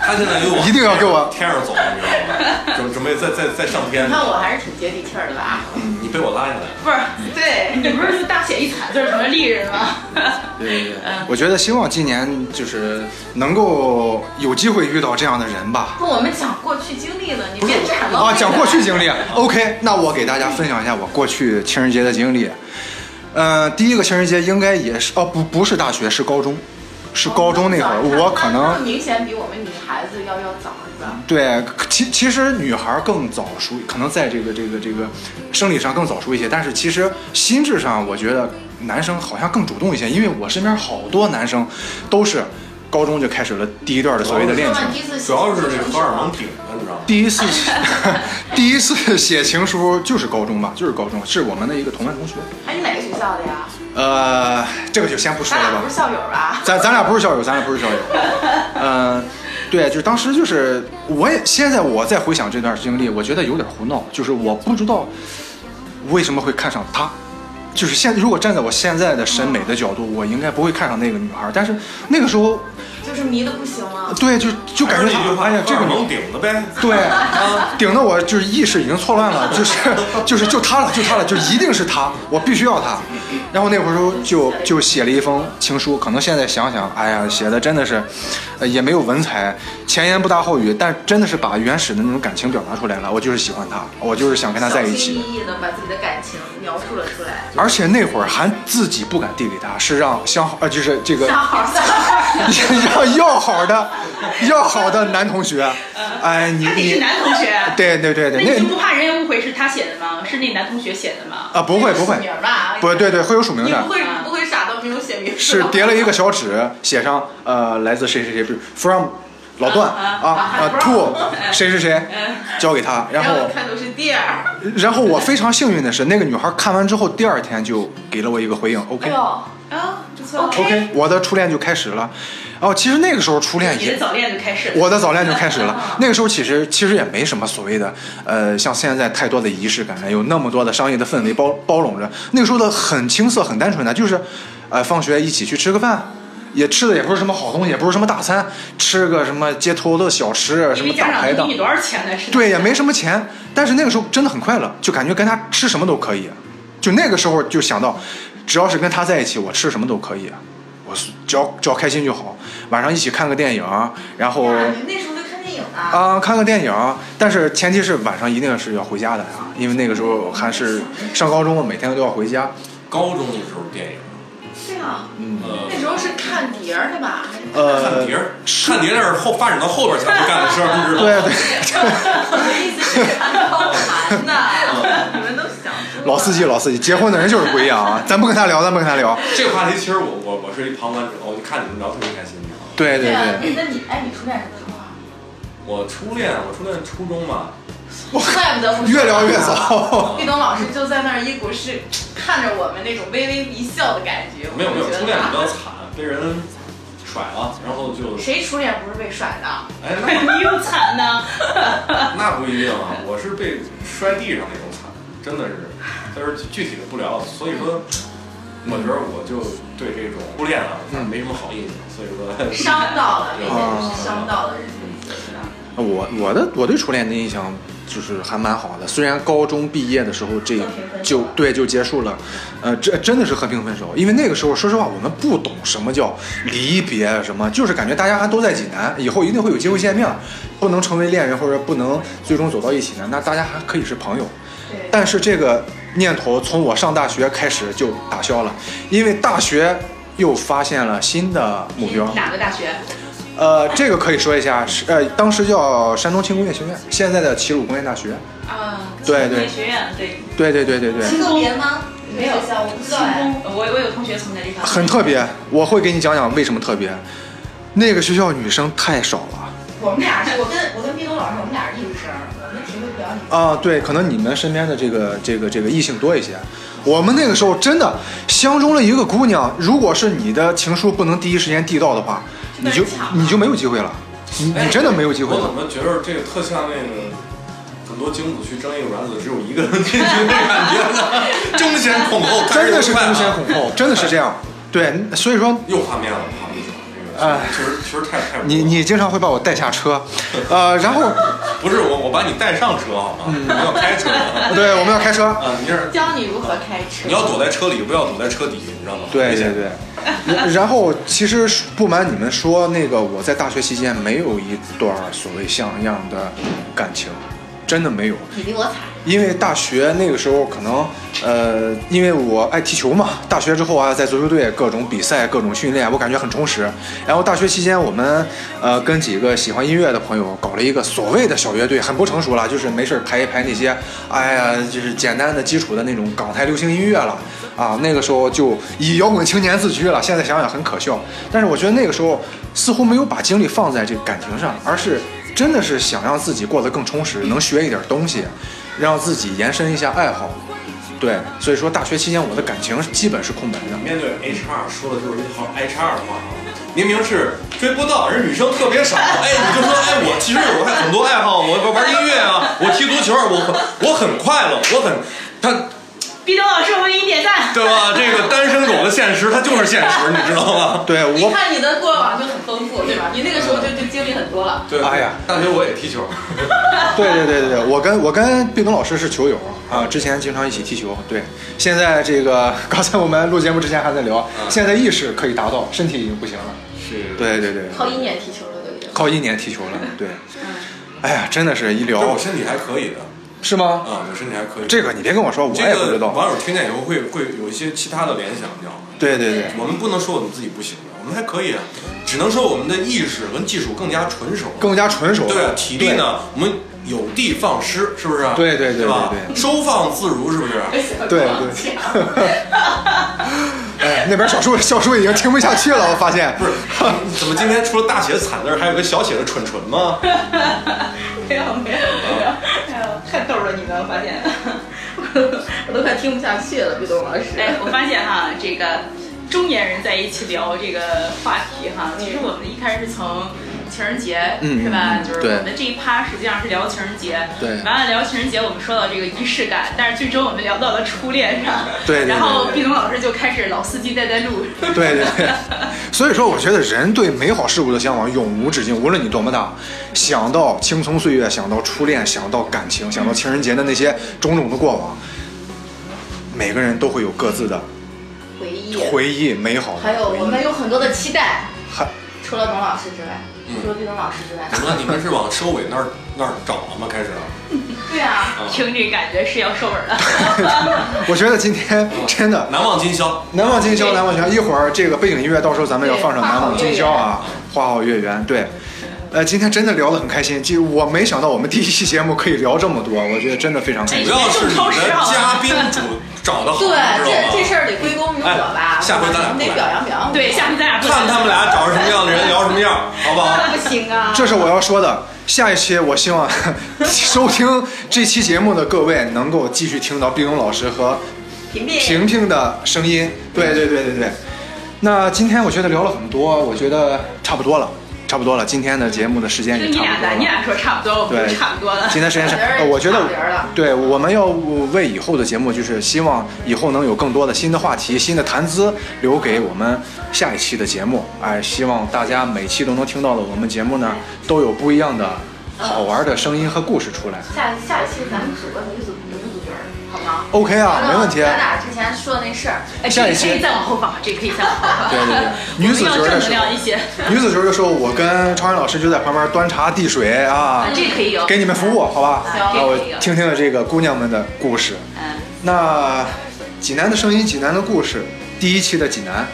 S4: 他现在给我
S2: 一定要给我
S4: 天上走，你知道吗？准准备再再再上天
S5: 你，看我还是挺接地气儿的吧？
S4: 你被我拉下来。
S3: 不是
S5: 对，
S3: 你不是就大写一彩字儿什么丽 人吗？
S2: 对对对，我觉得希望今年就是能够有机会遇到这样的人吧。
S5: 不，我们讲过去经历了，你别展了。
S2: 啊，讲过去经历。OK，那我给大家分享一下我过去情人节的经历。呃，第一个情人节应该也是哦，不不是大学，是高中，是高中那会儿，
S5: 哦
S2: 我可
S5: 那那
S2: 能
S5: 明显比我们女孩子要要早，是吧？
S2: 对其其实女孩更早熟，可能在这个这个这个生理上更早熟一些，但是其实心智上我觉得男生好像更主动一些，因为我身边好多男生都是高中就开始了第一段的所谓的哦恋
S5: 说
S2: 情
S5: 完。第一次洗
S4: 主要是这个荷尔蒙顶着，你知道吗？
S2: 第一次，第一次写情书就是高中吧，就是高中，是我们的一个同班同学。
S5: 哎，你哪个学校的呀？
S2: 呃，这个就先不说
S5: 咱
S2: 了
S5: 俩
S2: 吧
S5: 不是。校友吧？
S2: 咱咱俩不是校友，咱俩不是校友。嗯、对，就当时就是，我也现在我再回想这段经历，我觉得有点胡闹，就是我不知道为什么会看上他。就是现，如果站在我现在的审美的角度，我应该不会看上那个女孩。但是那个时候，
S5: 就是迷的不行啊了。
S2: 对，就就感觉
S4: 还是那句
S2: 她，
S4: 话，
S2: 哎呀，这个
S4: 荷尔
S2: 女
S4: 蒙顶着呗。
S2: 对，呃顶的我就是意识已经错乱了，就是就是就他了，就他了，就一定是他，我必须要他。然后那会儿时候就就写了一封情书，可能现在想想，哎呀，写的真的是，呃也没有文采，前言不搭后语，但真的是把原始的那种感情表达出来了。我就是喜欢他，我就是想跟他在一
S5: 小
S2: 起。
S5: 心翼翼的把自己的感情描述了出来。
S2: 而且那会儿还自己不敢递给他，是让相好，呃，就是这个
S5: 三号，三号，
S2: 让要好的要好的男同学，哎，你
S3: 呃他得是
S2: 你，
S3: 男同学，啊
S2: 对对对对，
S3: 那你就
S2: 嗯那
S3: 不怕人家误会是他写的吗？是那男同学写的吗？
S2: 啊不会不会
S5: 署，名吧？
S2: 不对对，会有署名
S5: 你
S2: 的
S5: 不，会不会傻到没有写名字吧？
S2: 是叠了一个小纸，写上呃来自谁谁谁，比如 from 老段
S3: 啊
S2: 啊啊 to 谁谁谁，交给他，然
S5: 哎嗯然后
S2: 后
S5: 一看都是 dear。
S2: 然后我非常幸运的是，那个女孩看完之后，第二天就给了我一个回应
S5: 哎
S2: ，OK
S5: 呦
S3: 啊，不错
S2: OK，我的初恋就开始了。哦，其实那个时候初恋
S3: 你的
S2: 也。
S3: 早恋就开始 了。
S2: 我的早恋就开始了，那个时候其实其实也没什么所谓的，呃，像现在太多的仪式感，有那么多的商业的氛围包包拢着。那个时候的很青涩，很单纯的，就是，呃，放学一起去吃个饭，也吃的也不是什么好东西，也不是什么大餐，吃个什么街头的小吃，啊什
S3: 因
S2: 么
S3: 为家
S2: 大排
S3: 长给
S2: 档
S3: 你，多少钱呢？是
S2: 对，也没什么钱，但是那个时候真的很快乐，就感觉跟他吃什么都可以，啊就那个时候就想到，只要是跟他在一起，我吃什么都可以，啊我是只要只要开心就好。晚上一起看个电影，然后。
S5: 呀，你们那时候就看电影啊？
S2: 啊、看个电影，但是前提是晚上一定是要回家的呀、啊因为那个时候还是上高中，每天都要回家。
S4: 高中那时候电影，
S5: 对啊，
S4: 呃
S5: 那，时候是看碟儿的吧？还是
S4: 看
S2: 呃，
S4: 碟儿，看碟儿是后发展到后边才能干的事儿，你知道吗？
S2: 对对，
S5: 我的意思是看盗盘
S2: 哦
S5: 呢，你们都想多
S2: 老司机老司机，结婚的人就是不一样啊，咱不跟他聊，咱不跟他聊。
S4: 这个话题其实我我我是一旁观者，我就看你们聊得特别开心，你知道吗？
S2: 对对
S5: 对啊，
S2: 对，
S5: 那你哎，你初恋什么时候 啊？
S4: 我初恋，我初恋初中嘛，
S5: 怪不得 不说
S2: 越聊越。早。
S5: 玉东老师就在那儿一股是看着我们那种微微一笑的感觉。
S4: 没有没有，
S5: 我就觉得
S4: 初恋比较
S5: 啊
S4: 惨，被人甩了，然后就
S5: 谁初恋不是被甩的？
S4: 哎，
S3: 你又惨呢。
S4: 那那不一定啊，我是被摔地上那种惨，真的是，但是具体的不聊，所以说，我觉得我就对这种初恋啊，
S2: 嗯
S4: 反正没什么好印象，所以说
S5: 伤到了，明显
S2: 啊
S5: 就是伤到了人。
S2: 我我的我对初恋的印象就是还蛮好的，虽然高中毕业的时候这
S5: 和平分手
S2: 就对就结束了，呃，这真的是和平分手，因为那个时候说实话我们不懂什么叫离别，什么就是感觉大家还都在济南，以后一定会有机会见面，不能成为恋人或者不能最终走到一起呢，那大家还可以是朋友，
S5: 对，
S2: 但是这个念头从我上大学开始就打消了，因为大学又发现了新的目标，
S3: 哪个大学？
S2: 呃，这个可以说一下，是呃，当时叫山东轻工业学院，现在的齐鲁工业大学。
S3: 啊，
S2: 对对
S3: 美学院对，
S2: 对对对对对，
S6: 特别吗？
S5: 没有
S6: 学校，我不知道哎。
S3: 轻工，我我有同学从那地方，
S2: 很特别。我会给你讲讲为什么特别。那个学校女生太少了
S6: 我们俩是我跟我跟毕东老师，我们俩是艺术生，我们体会不了你。
S2: 啊，对，可能你们身边的这个这个这个异性多一些。我们那个时候真的相中了一个姑娘，如果是你的情书不能第一时间递到的话，你就你就没有机会了，你你真的没有机会
S4: 我
S2: 了
S4: 怎。么觉得这个特像那个很多精子去争一个卵子，只有一个人进去的感觉呢？争先恐后，
S2: 真的是
S4: 但
S2: 争
S4: 又快
S2: 先
S4: 啊
S2: 恐后，真的是这样。对，所以说
S4: 又画面了，不好意思啊，这个
S2: 哎
S4: 确实确实太太无聊
S2: 你你经常会把我带下车，呃，然后
S4: 不是我，我把你带上车好吗？你要开车啊，
S2: 嗯 对我们要开车，
S4: 你是
S5: 教你如何开车。
S4: 你要躲在车里，不要躲在车底，你知道吗？
S2: 对
S4: 危
S2: 对
S4: 险。
S2: 对。然然后其实不瞒你们说，那个我在大学期间没有一段所谓像样的感情，真的没有。
S5: 你比我惨，
S2: 因为大学那个时候可能，呃，因为我爱踢球嘛，大学之后啊，在足球队各种比赛、各种训练，啊我感觉很充实。然后大学期间，我们呃跟几个喜欢音乐的朋友搞了一个所谓的小乐队，很不成熟了，就是没事儿排一排那些，哎呀，就是简单的、基础的那种港台流行音乐了啊。那个时候就以摇滚青年自居了，现在想想很可笑。但是我觉得那个时候似乎没有把精力放在这个感情上，而是真的是想让自己过得更充实，能学一点东西。让自己延伸一下爱好。对，所以说大学期间我的感情基本是空白的。
S4: 面对 HR 说的就是一套 HR 的话啊，明明是追不到，人女生特 别少，哎，你就说，哎，我其实我还很多爱好，我玩音乐 啊，我踢足球，我我很快乐，我很他
S3: 毕东老师，我为你点赞。
S4: 对吧？这个单身狗的现实，它就是现实，你知道吗？
S2: 对
S5: 你
S2: 我，
S5: 看你的过往就很丰富，对吧？你那个时候就就经历很多了。
S4: 对，
S2: 哎呀，
S4: 大学我也踢球，
S2: 对对对对对，我跟我跟毕东老师是球友啊，之前经常一起踢球。对，现在这个 刚才我们录节目之前还在聊，
S5: 嗯
S2: 现在意识可以达到，身体已经不行了。
S4: 是，
S2: 对对对，
S5: 靠一年踢球了都已经。
S2: 靠一年踢球了。对，哎呀，真的是一
S4: 嗯这
S2: 聊
S4: 我身体还可以的
S2: 是吗？
S4: 啊，我身体还可以。
S2: 这个你别跟我说，我
S4: 这
S2: 也不知
S4: 个
S2: 道。
S4: 网友听见以后会会有一些其他的联想，你知道吗？
S2: 对对对，
S4: 我们不能说我们自己不行的，我们还可以啊，只能说我们的意识跟技术更加纯熟。
S2: 更加纯熟。
S4: 对啊，体力呢，我们有的放矢，是不是啊？
S2: 对对对
S4: 对吧
S2: 对对
S4: 收放自如，是不是？
S2: 对？对 对。 哎，那边小叔 小叔已经听不下去了，我发现。
S4: 不是， 怎么今天除了大写惨字儿，还有个小写的蠢蠢吗？
S3: 没有没有没有，哎呦，太逗了，你们我发现。
S5: 我都快听不下去了，毕东老师。
S3: 哎，我发现哈，这个中年人在一起聊这个话题哈，其实我们一开始是从情人节、
S2: 嗯
S3: 是吧？
S2: 嗯
S3: 就是
S2: 对
S3: 我们这一趴实际上是聊情人节，
S2: 对
S3: 完了聊情人节，我们说到这个仪式感，但是最终我们聊到了初恋上，
S2: 对对对
S3: 然后
S2: 对
S3: 毕龙老师就开始老司机带带路，
S2: 对对 对，所以说我觉得人对美好事物的向往永无止境，无论你多么大，想到青葱岁月，想到初恋，想到感
S4: 嗯
S2: 情，想到情人节的那些种种的过往，每个人都会有各自的
S5: 回忆，
S2: 回忆，美好的
S5: 还有
S2: 回忆
S5: 我们有很多的期待，
S2: 还
S5: 除了董老师之外，
S2: 嗯
S5: 除了毕东老师之外，
S4: 怎么了？你们是往收尾那儿那儿找了吗？开始啊？
S5: 对啊，
S4: 啊
S3: 听这感觉是要收尾 了。
S2: 我觉得今天真的
S4: 难忘今宵，
S2: 难忘今宵，难忘今宵。一会儿这个背景音乐，到时候咱们要放上《
S5: 对
S2: 难忘今宵》 啊，《花好月圆》。对，呃，今天真的聊得很开心，就我没想到我们第一期节目可以聊这么多，我觉得真的非常开
S4: 主
S3: 哎
S2: 心。
S4: 要是你的嘉宾主找的好，你
S2: 哦
S5: 对
S4: 知道吗？，
S5: 这这事儿得归功于我吧，
S4: 哎下回咱俩
S5: 我们得表扬表扬我。
S3: 对，下次咱俩不
S4: 看他们俩找着什么样的人聊什么样，好不好？
S5: 不行啊，
S2: 这是我要说的。下一期我希望 收听这期节目的各位能够继续听到毕勇老师和
S5: 屏
S2: 平平的声音。对对对对对。那今天我觉得聊了很多，我觉得差不多了，差不多了。今天的节目的时间也
S3: 就你
S2: 差不
S3: 俩
S2: 多
S3: 的，你
S2: 了。
S3: 俩说差不多，我们
S2: 对
S3: 就差不多了。
S2: 今天时间是，呃我觉得，对，我们要为以后的节目，就是希望以后能有更多的新的话题、新的谈资留给我们下一期的节目。哎，希望大家每期都能听到的我们节目呢，都有不一样的
S3: 嗯
S2: 好玩的声音和故事出来。
S5: 下下一期咱们组个女主女主角儿，好吗？
S2: OK 啊，没问题。
S5: 咱俩之前说的那事儿，
S3: 哎，
S2: 下一期
S3: 这个可以再往后放，这个可以再往后放。
S2: 对对对，
S3: 我
S2: 女
S3: 们
S2: 子
S3: 要
S2: 角
S3: 正
S2: 的
S3: 能
S2: 时候，
S3: 量一些，
S2: 女子角的时候，我跟超然老师就在旁边端茶递水啊
S3: 啊，这个可以有。
S2: 给你们服务，好吧？
S3: 行
S2: 让我听听这个姑娘们的故事。
S3: 嗯。
S2: 那济南的声音，济南的故事，第一期的济南，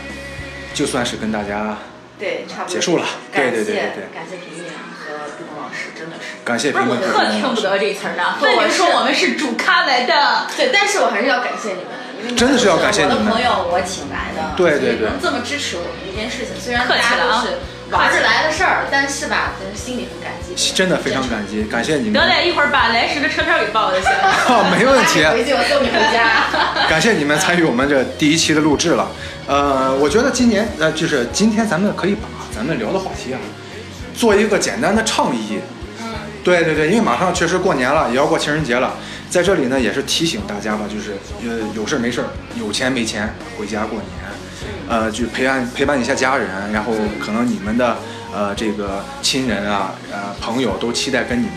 S2: 就算是跟大家
S6: 对，差不多
S2: 结束了对
S6: 感谢
S2: 对对对对
S6: 感谢平民和毕鹏老师，真的是。
S2: 感谢
S5: 不
S2: 评
S5: 是我
S2: 论和评
S5: 特
S2: 论
S5: 听不得这词儿呢，
S3: 分明
S5: 我
S3: 说
S5: 是
S3: 我们是主咖来的。
S6: 对，但是我还是要感谢你们，因为你们
S2: 真的是要感谢你
S6: 我
S2: 们
S6: 的朋友，我请来的，
S2: 对对对
S6: 能这么支持我们这件事情，虽然
S3: 客
S6: 大
S3: 气
S6: 家
S3: 了啊
S6: 都是玩着来的事儿，但是吧，真是心里很感激，
S2: 真的非常感激，感谢你们
S3: 得，嘞，一会儿把来时的车票给报就行了。
S2: 啊，没问题
S6: 哎。回去我送你回家。
S2: 感谢你们参与我们这第一期的录制了。呃，我觉得今年呃，就是今天咱们可以把咱们聊的话题啊，做一个简单的倡议。对对对，因为马上确实过年了，也要过情人节了，在这里呢也是提醒大家吧，就是呃有事儿没事儿，有钱没钱回家过年，呃去陪伴陪伴一下家人，然后可能你们的呃这个亲人啊呃朋友都期待跟你们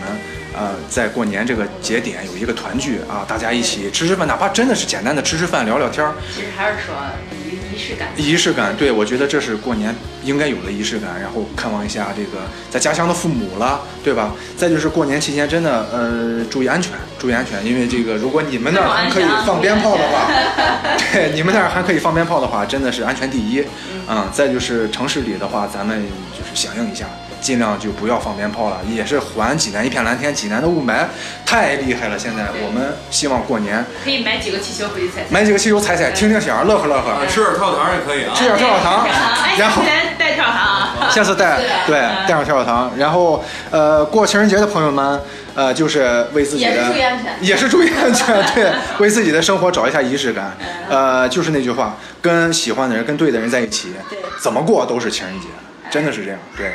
S2: 呃在过年这个节点有一个团聚啊，大家一起吃吃饭，哪怕真的是简单的吃吃饭聊聊天儿，
S3: 其实还是说仪仪式感。
S2: 仪式感，对我觉得这是过年应该有的仪式感。然后看望一下这个在家乡的父母啦，对吧？再就是过年期间真的呃注意安全，注意安全，因为这个如果你们那儿还可以放鞭炮的话，对，你们那儿还可以放鞭炮的话，真的是安全第一。嗯，再就是城市里的话，咱们就是响应一下。尽量就不要放鞭炮了，也是还济南一片蓝天。济南的雾霾太厉害了，现在我们希望过年
S3: 可以买几个气球回去踩踩。
S2: 买几个汽油踩踩，听听响，乐呵乐呵，
S4: 啊吃点跳糖也可以啊。
S2: 吃点跳跳糖，
S3: 哎，
S2: 然后
S3: 今天带跳糖啊！
S2: 下次带对
S3: 嗯
S2: 带上跳跳糖，然后呃过情人节的朋友们，呃就是为自己
S6: 也是
S2: 的
S6: 注意安全
S2: 也是注意安全， 对，为自己的生活找一下仪式感，
S6: 嗯
S2: 呃就是那句话，跟喜欢的人跟对的人在一起，怎么过都是情人节，真的是这样，对。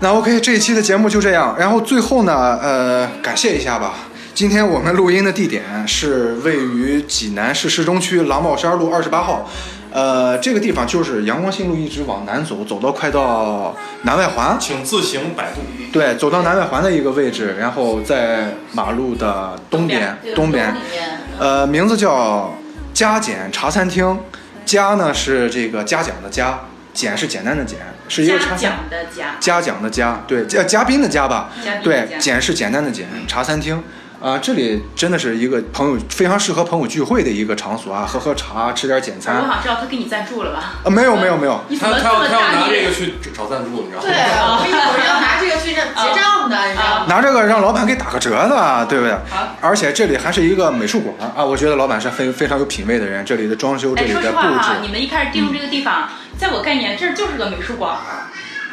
S2: 那 OK，这一期的节目就这样。然后最后呢，呃，感谢一下吧。今天我们录音的地点是位于济南市市中区郎茂山路二十八号，呃，这个地方就是阳光新路一直往南走，走到快到南外环，
S4: 请自行百度。
S2: 对，走到南外环的一个位置，然后在马路的东边，东边
S6: 里，面
S2: 呃，名字叫加减茶餐厅，加呢是这个嘉奖的嘉，减是简单的减，是一个
S3: 嘉
S2: 茶餐。
S3: 奖的嘉，
S2: 嘉奖的嘉，对，嘉嘉宾的嘉吧，
S3: 嘉宾
S2: 对
S3: 的，嘉。
S2: 简是简单的简，茶餐厅。啊、这里真的是一个朋友非常适合朋友聚会的一个场所啊，喝喝茶，吃点简餐。
S3: 我
S2: 啊、
S3: 好像知道他给你赞助了吧？
S2: 没有没有没有，
S3: 你怎
S4: 他
S3: 么
S4: 他
S3: 这
S4: 要
S3: 么
S4: 他要
S3: 大
S4: 拿这个
S3: 力？
S4: 去找赞助，你知道吗？
S6: 对，我们一会儿要拿这个去这结账的，你知道吗？
S2: 拿这个让老板给打个折的，对不对
S3: 好？
S2: 而且这里还是一个美术馆啊，我觉得老板是非非常有品位的人，这里的装修，这
S3: 哎，
S2: 里
S3: 说实
S2: 的布
S3: 话哈，你
S2: 置，嗯
S3: 们一开始定这个地方，在我概念这儿就是个美术馆儿，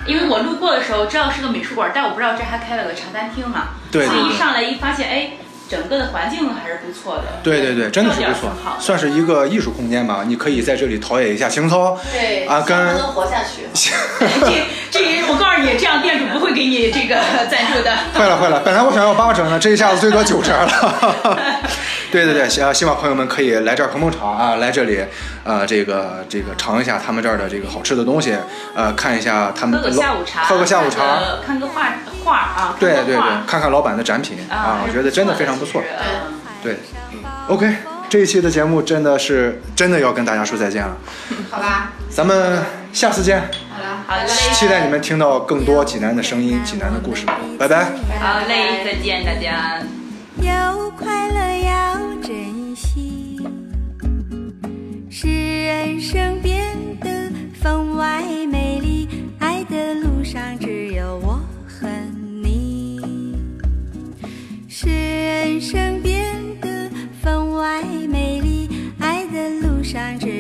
S3: 因为我路过的时候知道是个美术馆儿，但我不知道这还开了个茶餐厅嘛。
S2: 对
S3: 所
S2: 对
S3: 以一
S2: 对。
S3: 上来一发现，哎，整个的环境还是不错的。
S2: 对对对，真的是不
S3: 调
S2: 错
S3: 调 挺好，的
S2: 算是一个艺术空间吧。你可以在这里陶冶一下情操，
S6: 对，
S2: 啊
S6: 希望
S2: 跟
S6: 他能活下去。
S3: 这哎这，我告诉你，这样店主不会给你这个 赞助的。
S2: 坏了坏了，本来我想要八折呢，这一下子最多九折了。 对对对，希呃希望朋友们可以来这儿捧捧场啊，来这里，呃，这个这个尝一下他们这儿的这个好吃的东西，呃，看一下他们
S3: 喝个下午茶，
S2: 喝个下午茶，
S3: 看个看个画画啊，
S2: 对
S3: 看
S2: 对
S3: 个
S2: 对
S3: 画，
S2: 看看老板的展品啊，我觉得真的非常不错。
S3: 还是不错的
S2: 对，OK，这一嗯期的节目真的是真的要跟大家说再见了，
S6: 好吧，
S2: 咱们下次见，
S6: 好了，
S3: 好嘞
S2: 期待你们听到更多济南的声音、济南的故事，拜拜。
S3: 其实好嘞，再见大家。
S7: 有快乐要珍惜，使人生变得分外美丽。爱的路上只有我和你，使人生变得分外美丽。爱的路上只